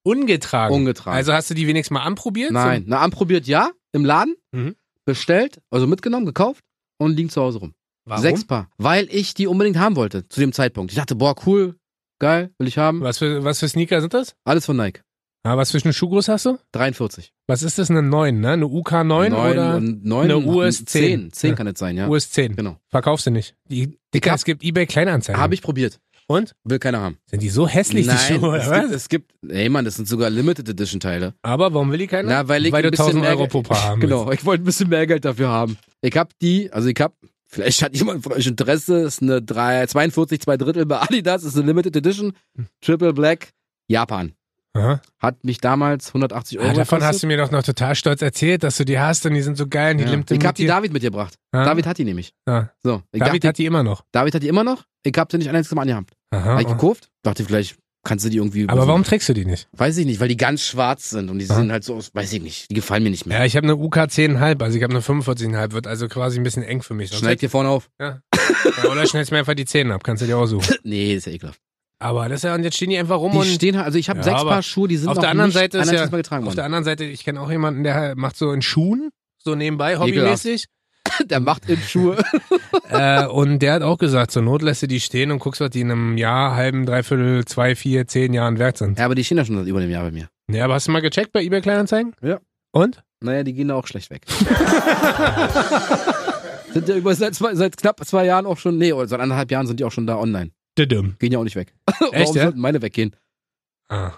B: Ungetragen.
A: Ungetragen.
B: Also hast du die wenigstens mal anprobiert?
A: Nein. Na, anprobiert ja, im Laden,
B: Mhm.
A: bestellt, also mitgenommen, gekauft und liegen zu Hause rum.
B: Warum?
A: Sechs Paar. Weil ich die unbedingt haben wollte zu dem Zeitpunkt. Ich dachte, boah, cool, geil, will ich haben.
B: Was für, was für Sneaker sind das?
A: Alles von Nike.
B: Ja, was für eine Schuhgröße hast du?
A: 43.
B: Was ist das, eine 9, ne? Eine UK9 oder?
A: und 9
B: eine US
A: 10.
B: 10?
A: 10
B: Ja.
A: kann es sein, ja.
B: US 10.
A: Genau.
B: Verkaufst du nicht. Die, Dicker,
A: hab-
B: es gibt eBay Kleinanzeigen.
A: Habe ich probiert.
B: Und?
A: Will keiner haben.
B: Sind die so hässlich,
A: Nein,
B: die Schuhe, oder
A: es, gibt,
B: was?
A: es gibt, ey Mann, das sind sogar Limited Edition Teile.
B: Aber warum will die keiner?
A: Na, weil ich
B: weil
A: ein
B: du
A: bisschen
B: 1000
A: mehr
B: Euro
A: Geld-
B: pro Paar haben
A: Genau, ich wollte ein bisschen mehr Geld dafür haben. Ich hab die, also ich hab, vielleicht hat jemand von euch Interesse, ist eine 3, 42, 2 Drittel bei Adidas, ist eine Limited Edition,
B: Hm.
A: Triple Black, Japan.
B: willst. Aha.
A: Hat mich damals 180 Euro
B: Ah, davon hast
A: gekostet.
B: du mir doch noch total stolz erzählt, dass du die hast und die sind so geil und die
A: ja.
B: nimmt
A: Ich hab
B: mit
A: die
B: dir-
A: David mitgebracht.
B: Ah,
A: David hat die nämlich.
B: ah.
A: So, ich
B: David
A: dachte,
B: hat die immer noch.
A: David hat die immer noch. Ich hab sie nicht ein einziges Mal angehabt.
B: Aha.
A: Hab ich gekauft, dachte vielleicht, Kannst du die irgendwie.
B: Ah. Aber warum trägst du die nicht?
A: Weiß ich nicht, weil die ganz schwarz sind und die
B: Aha.
A: sehen halt so aus, weiß ich nicht. Die gefallen mir nicht mehr.
B: Ja, ich habe eine UK 10,5, also ich habe eine 45,5, wird also quasi ein bisschen eng für mich. Sonst
A: Schneid dir vorne auf.
B: hätte- ja, oder schneidest mir einfach die Zähne ab, kannst du dir aussuchen.
A: Nee, ist ja ekelhaft.
B: Aber das ist ja, und jetzt stehen die einfach rum
A: Die
B: Um und
A: stehen halt, also ich habe
B: Ja,
A: sechs
B: aber
A: Paar Schuhe, die sind
B: auf
A: noch
B: der anderen
A: nicht
B: Seite ist
A: ein
B: ja-
A: einziges Mal getragen
B: auf
A: worden.
B: der anderen Seite, ich kenne auch jemanden, der macht so in Schuhen, so nebenbei,
A: Ekelhaft.
B: hobbymäßig.
A: Der, macht in Schuhe.
B: äh, und der hat auch gesagt, zur Not lässt du die stehen und guckst, was die in einem Jahr, halben, dreiviertel, zwei, vier, zehn Jahren wert sind.
A: ja, aber die stehen ja schon seit über einem Jahr bei mir.
B: Ja, aber hast du mal gecheckt bei eBay Kleinanzeigen?
A: Ja.
B: Und?
A: Naja, die gehen da auch schlecht weg. sind ja über seit, zwei, seit knapp zwei Jahren auch schon, nee, oder seit anderthalb Jahren sind die auch schon da online.
B: Didim.
A: Gehen ja auch nicht weg.
B: Echt,
A: Warum
B: ja?
A: sollten meine weggehen?
B: Ah.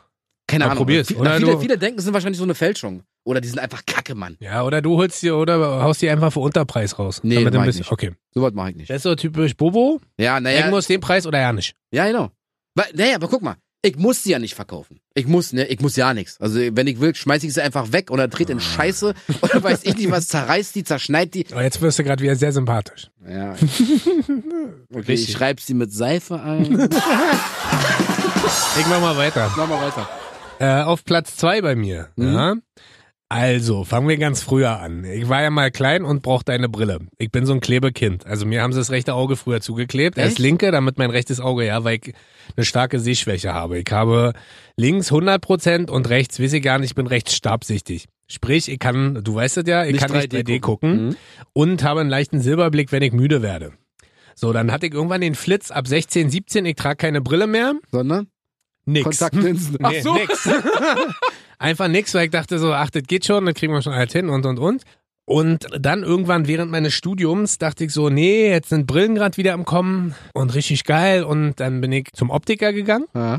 A: Keine
B: Mal
A: Ahnung.
B: probier's,
A: Viel-
B: oder
A: viele,
B: du-
A: viele denken, es sind wahrscheinlich so eine Fälschung. Oder die sind einfach kacke, Mann.
B: Ja, oder du holst dir oder haust dir einfach für Unterpreis raus.
A: Nee,
B: damit du
A: mach
B: ein
A: ich
B: bisschen,
A: nicht.
B: okay.
A: Sowas mache ich nicht.
B: Das ist so typisch Bobo.
A: Ja,
B: Ja.
A: naja.
B: Irgendwas den Preis oder ja nicht.
A: Ja, genau. Weil, naja, aber guck mal, ich muss sie ja nicht verkaufen. Ich muss, ne, ich muss ja nichts. Also wenn ich will, schmeiß ich sie einfach weg oder dreht
B: Ah.
A: in Scheiße oder weiß ich nicht was, zerreißt die, zerschneit die.
B: Aber jetzt wirst du gerade wieder sehr sympathisch.
A: Ja. Okay,
B: Richtig.
A: ich schreib sie mit Seife ein.
B: Ich mach mal weiter.
A: Mach mal weiter.
B: Äh, auf Platz zwei bei mir.
A: Mhm.
B: Ja. Also, fangen wir ganz früher an. Ich war ja mal klein und brauchte eine Brille. Ich bin so ein Klebekind. Also mir haben sie das rechte Auge früher zugeklebt. Erst
A: Echt?
B: linke, damit mein rechtes Auge, ja, weil ich eine starke Sehschwäche habe. Ich habe links 100% und rechts, weiß ich gar nicht, ich bin rechts stabsichtig. Sprich, ich kann, du weißt es ja, ich
A: Nicht
B: kann nicht
A: 3D
B: 3D gucken Mhm.
A: Hm?
B: und habe einen leichten Silberblick, wenn ich müde werde. So, dann hatte ich irgendwann den Flitz ab 16, 17, ich trage keine Brille mehr.
A: Sondern
B: Nix.
A: ne? Kontaktlinsen.
B: Nee, nix. Einfach nix, weil ich dachte so, ach, das geht schon, das kriegen wir schon halt hin und und und. Und dann irgendwann während meines Studiums dachte ich so, nee, jetzt sind Brillen gerade wieder am Kommen und richtig geil. Und dann bin ich zum Optiker gegangen
A: Ja.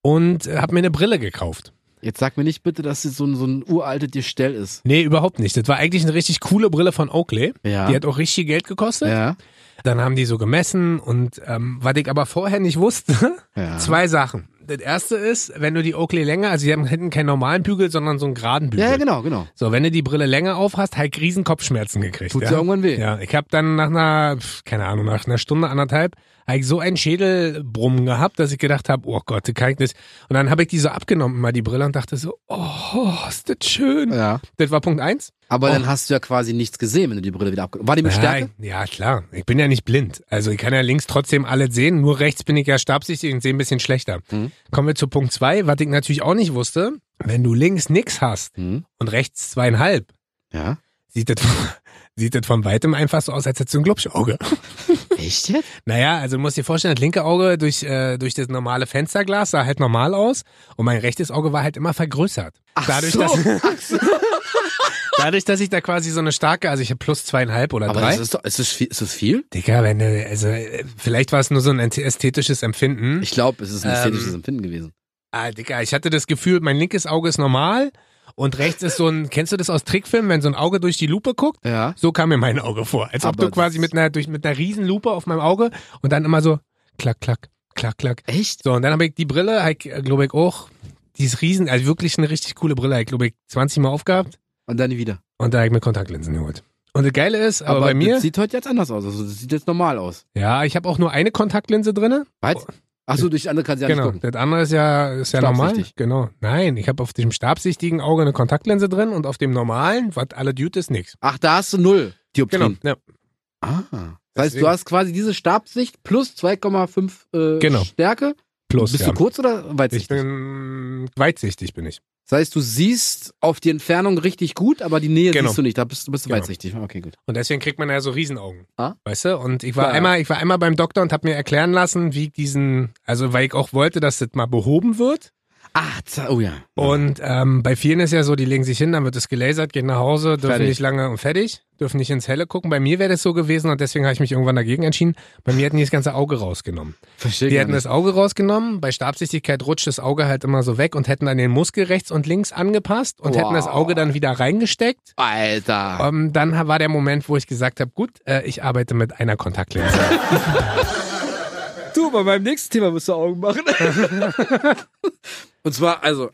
B: und äh, hab mir eine Brille gekauft.
A: Jetzt sag mir nicht bitte, dass das so ein, so ein uraltes Gestell ist.
B: Nee, überhaupt nicht. Das war eigentlich eine richtig coole Brille von Oakley.
A: Ja.
B: Die hat auch richtig Geld gekostet.
A: ja.
B: Dann haben die so gemessen und ähm, was ich aber vorher nicht wusste,
A: ja.
B: zwei Sachen. Das erste ist, wenn du die Oakley länger, also die haben hinten keinen normalen Bügel, sondern so einen geraden Bügel.
A: Ja, ja, genau, genau.
B: So, wenn du die Brille länger aufhast, halt riesen Kopfschmerzen gekriegt.
A: Tut ja.
B: ja.
A: irgendwann weh.
B: ja, ich habe dann nach einer, pf, keine Ahnung, nach einer Stunde, anderthalb, hab ich so einen Schädelbrummen gehabt, dass ich gedacht habe, oh Gott, das kann ich nicht. Und dann habe ich die so abgenommen, mal die Brille, und dachte so, oh, ist das schön.
A: Ja.
B: Das war Punkt eins.
A: Aber
B: Oh.
A: dann hast du ja quasi nichts gesehen, wenn du die Brille wieder abgenommen War die mit Stärke?
B: Ja, ich- ja, klar. Ich bin ja nicht blind. Also ich kann ja links trotzdem alles sehen, nur rechts bin ich ja stabsichtig und sehe ein bisschen schlechter.
A: Mhm.
B: Kommen wir zu Punkt zwei, was ich natürlich auch nicht wusste. Wenn du links nix hast
A: Hm.
B: und rechts zweieinhalb,
A: Ja.
B: sieht das, sieht das von weitem einfach so aus, als hättest du ein Glubschauge.
A: Echt jetzt?
B: Naja, also du musst dir vorstellen, das linke Auge durch, äh, durch das normale Fensterglas sah halt normal aus und mein rechtes Auge war halt immer vergrößert.
A: Ach
B: dadurch,
A: so.
B: dass, dadurch, dass ich da quasi so eine starke, also ich habe plus zweieinhalb oder
A: Aber
B: drei.
A: das ist doch, ist das viel? Ist das viel?
B: Digga, wenn du, also äh, vielleicht war es nur so ein ästhetisches Empfinden.
A: Ich glaube, es ist ein
B: Ähm.
A: ästhetisches Empfinden gewesen.
B: ah, Digga, ich hatte das Gefühl, mein linkes Auge ist normal und rechts ist so ein, kennst du das aus Trickfilmen, wenn so ein Auge durch die Lupe guckt?
A: Ja.
B: So kam mir mein Auge vor. Als ob
A: Aber
B: du quasi
A: das-
B: mit einer, durch, mit einer riesen Lupe auf meinem Auge und dann immer so klack, klack, klack, klack.
A: Echt?
B: So, und dann habe ich die Brille, hab ich, glaube ich, auch, die ist riesen, also wirklich eine richtig coole Brille, hab ich glaube ich 20 Mal aufgehabt
A: Und dann nie wieder.
B: und da habe ich mir Kontaktlinsen geholt. Und das Geile ist, aber, bei mir,
A: Das sieht heute jetzt anders aus. Also, das sieht jetzt normal aus.
B: ja, ich habe auch nur eine Kontaktlinse drinne.
A: Was? Achso, durch die andere kannst du ja
B: genau.
A: nicht gucken.
B: Das andere ist ja, ist ja normal.
A: Stabsichtig.
B: Genau. Nein, ich habe auf dem stabsichtigen Auge eine Kontaktlinse drin und auf dem normalen, was alle Dude ist, nichts.
A: Ach, da hast du null
B: Genau.
A: Dioptrien.
B: Ja.
A: Ah. Das heißt,
B: Deswegen.
A: du hast quasi diese Stabsicht plus 2,5 äh,
B: Genau.
A: Stärke.
B: Plus.
A: Bist
B: ja.
A: du kurz oder
B: ich
A: weitsichtig?
B: bin mm, weitsichtig bin ich.
A: Das heißt, du siehst auf die Entfernung richtig gut, aber die Nähe
B: Genau.
A: siehst du nicht. Da bist du bist du
B: Genau.
A: weitsichtig. Okay, gut.
B: Und deswegen kriegt man ja so Riesenaugen.
A: Ah.
B: Weißt du? Und ich war
A: Klar.
B: einmal, ich war einmal beim Doktor und habe mir erklären lassen, wie ich diesen, also weil ich auch wollte, dass das mal behoben wird.
A: Ach, za- oh ja.
B: Und ähm, bei vielen ist ja so, die legen sich hin, dann wird es gelasert, gehen nach Hause, dürfen
A: Fertig.
B: nicht lange und fertig, dürfen nicht ins Helle gucken. Bei mir wäre das so gewesen und deswegen habe ich mich irgendwann dagegen entschieden. Bei mir hätten die das ganze Auge rausgenommen.
A: Verstehe
B: Die
A: gar
B: hätten
A: nicht.
B: das Auge rausgenommen, bei Stabsichtigkeit rutscht das Auge halt immer so weg und hätten dann den Muskel rechts und links angepasst und hätten das
A: Wow.
B: Auge dann wieder reingesteckt.
A: Alter.
B: Ähm, dann war der Moment, wo ich gesagt habe, gut, äh, ich arbeite mit einer Kontaktlinse.
A: Du, bei meinem nächsten Thema musst du Augen machen. Und zwar, also,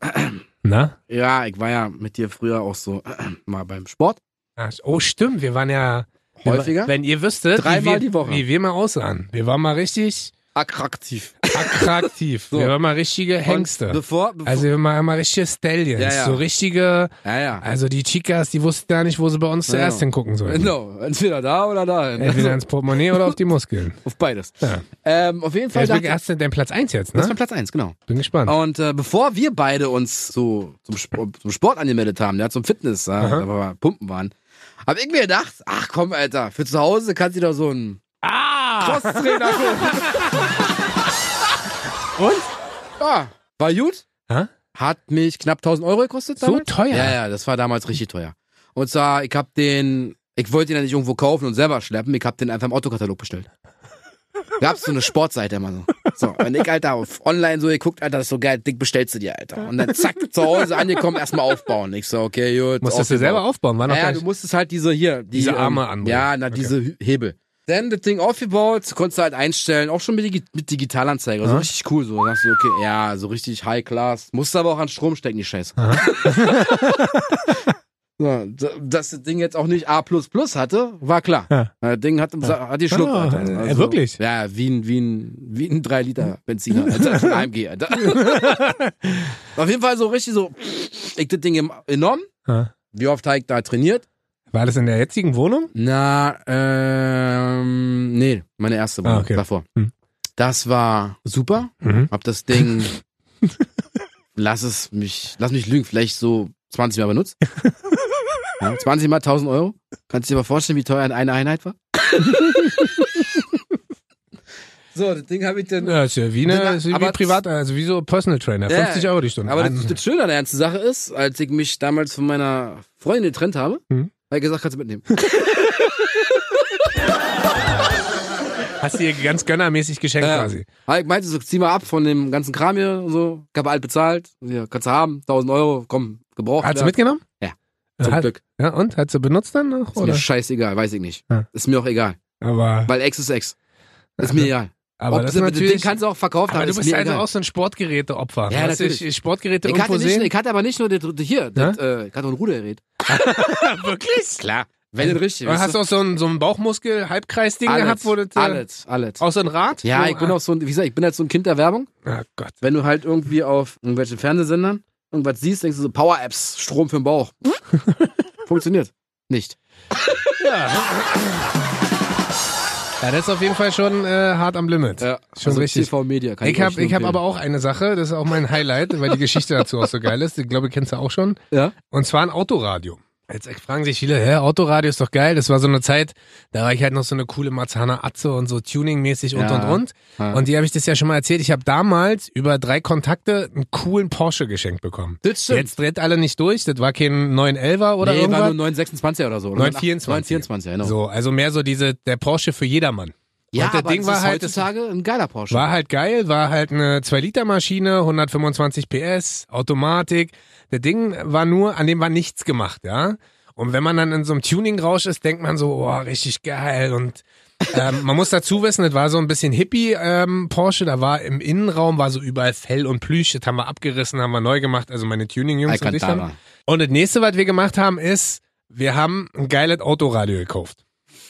B: Na?
A: ja, ich war ja mit dir früher auch so mal beim Sport.
B: Ach, Oh, stimmt, wir waren ja
A: Häufiger?
B: Wenn ihr wüsstet,
A: Dreimal
B: wie wir,
A: die Woche.
B: wie wir mal aussahen. Wir waren mal richtig
A: attraktiv.
B: Attraktiv.
A: So.
B: Wir haben mal richtige
A: Und
B: Hengste.
A: Bevor, bevor,
B: Also wir haben mal, mal richtige Stallions.
A: Ja, ja.
B: So richtige,
A: ja, ja.
B: also die Chicas, die wussten gar nicht, wo sie bei uns
A: Genau.
B: zuerst hingucken sollen.
A: Genau, entweder da oder da.
B: Entweder ins Portemonnaie oder auf die Muskeln.
A: Auf beides.
B: Ja.
A: Ähm, auf jeden
B: Ja,
A: Fall.
B: jetzt bin
A: dachte,
B: erst dein Platz 1 jetzt,
A: das war
B: ne?
A: Platz eins, genau.
B: Bin gespannt.
A: Und äh, bevor wir beide uns so zum, Sp zum Sport angemeldet haben, ja, zum Fitness, ja,
B: Aha.
A: da wir pumpen waren, habe ich mir gedacht, ach komm, Alter, für zu Hause kannst du dir doch so einen
B: Ah!
A: Crosstrainer holen. Und? Ja, war gut.
B: Hä?
A: Hat mich knapp 1000 Euro gekostet.
B: So
A: damals.
B: teuer?
A: Ja, ja, das war damals richtig teuer. Und zwar, ich habe den, ich wollte den ja nicht irgendwo kaufen und selber schleppen, ich habe den einfach im Autokatalog bestellt. Gab's so eine Sportseite immer so. So, und ich, Alter, auf online so geguckt, Alter, das ist so geil, dick bestellst du dir, Alter. Und dann zack, zu Hause angekommen, erstmal aufbauen. Ich so, okay, gut.
B: Musstest du
A: aufgebaut.
B: selber aufbauen, war noch
A: Ja,
B: gar
A: ja, du
B: nicht.
A: musstest halt diese hier, die,
B: Diese Arme anbringen.
A: Ja, na,
B: Okay.
A: diese Hü- Hebel. Dann das Ding aufgebaut, konntest du halt einstellen, auch schon mit, Digi mit Digitalanzeiger, so
B: Aha.
A: richtig cool, so. Sagst du, okay, ja, so richtig High Class. Musst aber auch an Strom stecken, die Scheiße. so, d- dass das Ding jetzt auch nicht A hatte, war klar.
B: Ja.
A: Das Ding hat, hat die Schluck,
B: Ah,
A: Alter. Also,
B: äh, wirklich?
A: Ja, wie ein, wie ein, wie ein 3-Liter-Benziner, Alter, ein AMG, Alter. Auf jeden Fall so richtig so, ich das Ding im- genommen,
B: Ja.
A: wie oft habe ich da trainiert,
B: War das in der jetzigen Wohnung?
A: na, ähm, nee, meine erste Wohnung
B: Ah, okay.
A: davor.
B: Hm.
A: Das war super.
B: Mhm.
A: Hab das Ding, lass es mich, lass mich lügen, vielleicht so 20 Mal benutzt. Ja, 20 mal 1000 Euro. Kannst du dir mal vorstellen, wie teuer eine Einheit war? so, das Ding habe ich dann.
B: Ja, ist ja wie, eine,
A: Aber-
B: ist wie privat, also wie so Personal Trainer.
A: Ja,
B: 50 Euro die Stunde.
A: Aber
B: Ein-
A: das, das Schöne an der ganzen Sache ist, als ich mich damals von meiner Freundin getrennt habe,
B: Hm.
A: habe ich gesagt, kannst du mitnehmen.
B: Hast du ihr ganz gönnermäßig geschenkt
A: Ja.
B: quasi.
A: Aber Halt, ich meinte so, zieh mal ab von dem ganzen Kram hier und so. Ich habe alt bezahlt. Ja, kannst du haben. 1000 Euro, komm, gebraucht.
B: Hat sie
A: ja.
B: mitgenommen?
A: Ja.
B: Ja,
A: Zum
B: Hat,
A: Glück.
B: ja, und? Hat sie benutzt dann noch?
A: Ist mir
B: Oder?
A: scheißegal, weiß ich nicht.
B: Ja.
A: Ist mir auch egal.
B: Aber,
A: Weil Ex ist Ex. Ist mir egal.
B: aber
A: Ob
B: das
A: du-
B: ist
A: Den
B: natürlich.
A: kannst du auch verkauft
B: aber
A: haben.
B: du
A: ist
B: bist
A: mir
B: also
A: egal.
B: auch so ein Sportgeräteopfer.
A: Ja,
B: Hast du
A: natürlich.
B: Sportgeräte
A: ich,
B: irgendwo
A: hatte nicht,
B: sehen?
A: ich hatte aber nicht nur das, das hier, das, äh, ich hatte auch ein Rudergerät.
B: Wirklich?
A: Klar. Wenn denn richtig.
B: Oder
A: weißt
B: hast du auch so ein, so ein Bauchmuskel-Halbkreis-Ding
A: alles,
B: gehabt, wo das, äh,
A: alles, alles.
B: Auch so ah. ein Rad?
A: Ja,
B: Wo-
A: ich bin auch so ein, wie gesagt, ich bin halt so ein Kind der Werbung.
B: Ah Gott.
A: wenn du halt irgendwie auf irgendwelchen Fernsehsendern irgendwas siehst, denkst du so, Power-Apps, Strom für den Bauch. Funktioniert. Nicht.
B: Ja. ja, das ist auf jeden Fall schon äh, hart am Limit. Schon richtig.
A: TV Also Media kann ich
B: Ich habe
A: euch
B: ich hab
A: empfehlen.
B: aber auch eine Sache, das ist auch mein Highlight, weil die Geschichte dazu auch so geil ist. Ich glaube, kennst du auch schon.
A: Ja?
B: Und zwar ein Autoradio. Jetzt fragen sich viele, hä, Autoradio ist doch geil. Das war so eine Zeit, da war ich halt noch so eine coole Marzahner Atze und so tuningmäßig und
A: Ja.
B: und und.
A: Ja.
B: Und die habe ich das ja schon mal erzählt. Ich habe damals über drei Kontakte einen coolen Porsche geschenkt bekommen.
A: Das stimmt.
B: Jetzt dreht alle nicht durch. Das war kein 911er oder
A: nee,
B: irgendwas.
A: war nur 926 oder so. Oder?
B: 924.
A: 924, genau.
B: So, also mehr so diese, der Porsche für jedermann.
A: Ja,
B: Und der
A: aber
B: Ding
A: das
B: war
A: ist
B: halt, das-
A: heutzutage ein geiler Porsche.
B: War halt geil, war halt eine 2-Liter-Maschine, 125 PS, Automatik. Der Ding war nur, an dem war nichts gemacht, ja. Und wenn man dann in so einem Tuning-Rausch ist, denkt man so, oh, richtig geil. Und ähm, man muss dazu wissen, das war so ein bisschen Hippie-Porsche. da war im Innenraum, war so überall Fell und Plüsch. Das haben wir abgerissen, haben wir neu gemacht. Also meine Tuning-Jungs und ich haben.
A: Alcantara.
B: Und das nächste, was wir gemacht haben, ist, wir haben ein geiles Autoradio gekauft.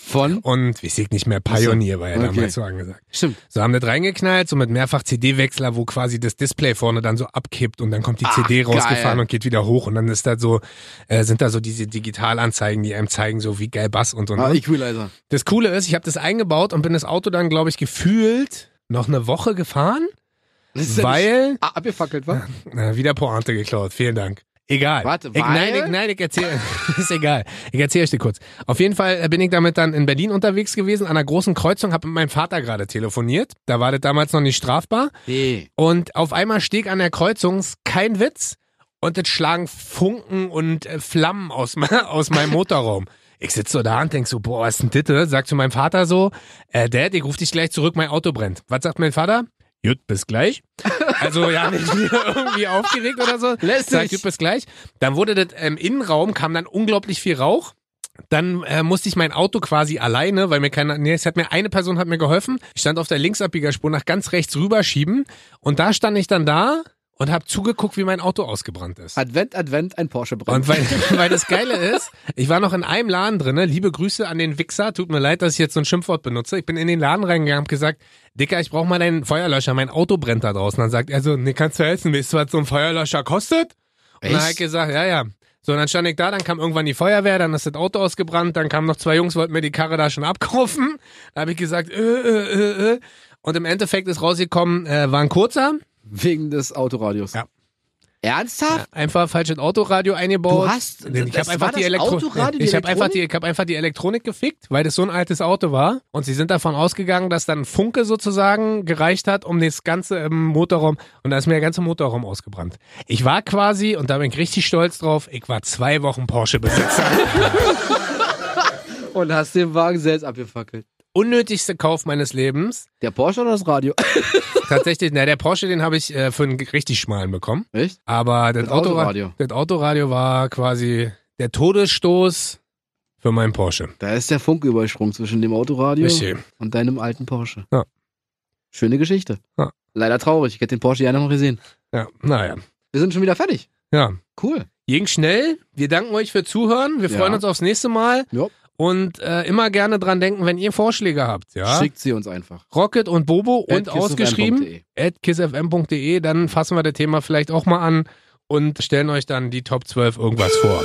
A: Von?
B: Und, wie ich nicht mehr, Pioneer war ja
A: Okay.
B: damals so angesagt.
A: Stimmt.
B: So haben das reingeknallt, so mit mehrfach CD-Wechsler, wo quasi das Display vorne dann so abkippt und dann kommt die
A: Ach,
B: CD
A: geil.
B: rausgefahren und geht wieder hoch und dann ist da so, äh, sind da so diese Digitalanzeigen, die einem zeigen, so wie geil Bass und und.
A: Ah,
B: und.
A: Equalizer.
B: Das Coole ist, ich habe das eingebaut und bin das Auto dann, glaube ich, gefühlt noch eine Woche gefahren,
A: Das ist ja nicht-
B: weil
A: Ah, abgefackelt, wa?
B: na, wieder Pointe geklaut. Vielen Dank. Egal.
A: Warte,
B: ich, nein,
A: weil?
B: ich, nein, ich erzähle. ist egal. Ich erzähle euch dir kurz. Auf jeden Fall äh, bin ich damit dann in Berlin unterwegs gewesen, an einer großen Kreuzung, habe mit meinem Vater gerade telefoniert. Da war das damals noch nicht strafbar.
A: Nee.
B: Und auf einmal stehe ich an der Kreuzung, ist kein Witz, und jetzt schlagen Funken und äh, Flammen aus, me- aus meinem Motorraum. Ich sitze so da und denk so, boah, was ist denn Ditte? Sag zu meinem Vater so, äh, Dad, ich ruf dich gleich zurück, mein Auto brennt. Was sagt mein Vater? Jut, bis gleich. Also ja, nicht irgendwie aufgeregt oder so.
A: Lässt
B: Sagt,
A: sich.
B: Jut, bis gleich. Dann wurde das im Innenraum, kam dann unglaublich viel Rauch. Dann äh, musste ich mein Auto quasi alleine, weil mir keiner, nee, es hat mir eine Person hat mir geholfen. Ich stand auf der Linksabbiegerspur nach ganz rechts rüberschieben und da stand ich dann da und habe zugeguckt, wie mein Auto ausgebrannt ist.
A: Advent, Advent, ein Porsche brennt.
B: Und weil, weil das Geile ist, ich war noch in einem Laden drinne. Liebe Grüße an den Wichser. Tut mir leid, dass ich jetzt so ein Schimpfwort benutze. Ich bin in den Laden reingegangen, hab gesagt, Dicker, ich brauche mal deinen Feuerlöscher. Mein Auto brennt da draußen. Dann sagt er so, nee, kannst du helfen? Weißt du, was so ein Feuerlöscher kostet? Und dann
A: Echt?
B: hab ich gesagt, ja, ja. So, und dann stand ich da, dann kam irgendwann die Feuerwehr, dann ist das Auto ausgebrannt, dann kamen noch zwei Jungs, wollten mir die Karre da schon abkaufen. Da habe ich gesagt, äh, äh, äh, äh. Und im Endeffekt ist rausgekommen, äh, war ein kurzer,
A: Wegen des Autoradios.
B: Ja.
A: Ernsthaft?
B: einfach falsch in Autoradio eingebaut.
A: Du hast-
B: Nee, ich
A: das
B: habe einfach
A: war
B: die
A: das
B: Elektro
A: Autoradio, die
B: ich habe einfach
A: Elektronik?
B: die ich habe einfach die Elektronik gefickt, weil das so ein altes Auto war und sie sind davon ausgegangen, dass dann Funke sozusagen gereicht hat, um das ganze im Motorraum und da ist mir der ganze Motorraum ausgebrannt. Ich war quasi und da bin ich richtig stolz drauf, ich war zwei Wochen Porsche Besitzer.
A: Und hast den Wagen selbst abgefackelt.
B: Unnötigste Kauf meines Lebens.
A: Der Porsche oder das Radio?
B: Tatsächlich, na, der Porsche, den habe ich äh, für einen richtig schmalen bekommen.
A: Echt?
B: Aber das,
A: Das
B: Autoradio.
A: Autoradio.
B: das Autoradio war quasi der Todesstoß für meinen Porsche.
A: Da ist der Funke übersprungen zwischen dem Autoradio
B: Richtig.
A: und deinem alten Porsche.
B: Ja.
A: Schöne Geschichte.
B: Ja.
A: Leider traurig. Ich hätte den Porsche gerne noch gesehen.
B: Ja, naja.
A: Wir sind schon wieder fertig.
B: Ja.
A: Cool.
B: Ging schnell. Wir danken euch für Zuhören. Wir
A: Ja.
B: freuen uns aufs nächste Mal.
A: Ja.
B: Und äh, immer gerne dran denken, wenn ihr Vorschläge habt. Ja?
A: Schickt sie uns einfach.
B: Rocket und Bobo
A: At
B: und ausgeschrieben
A: kissofm.de.
B: at kissfm.de. Dann fassen wir das Thema vielleicht auch mal an und stellen euch dann die Top 12 irgendwas vor.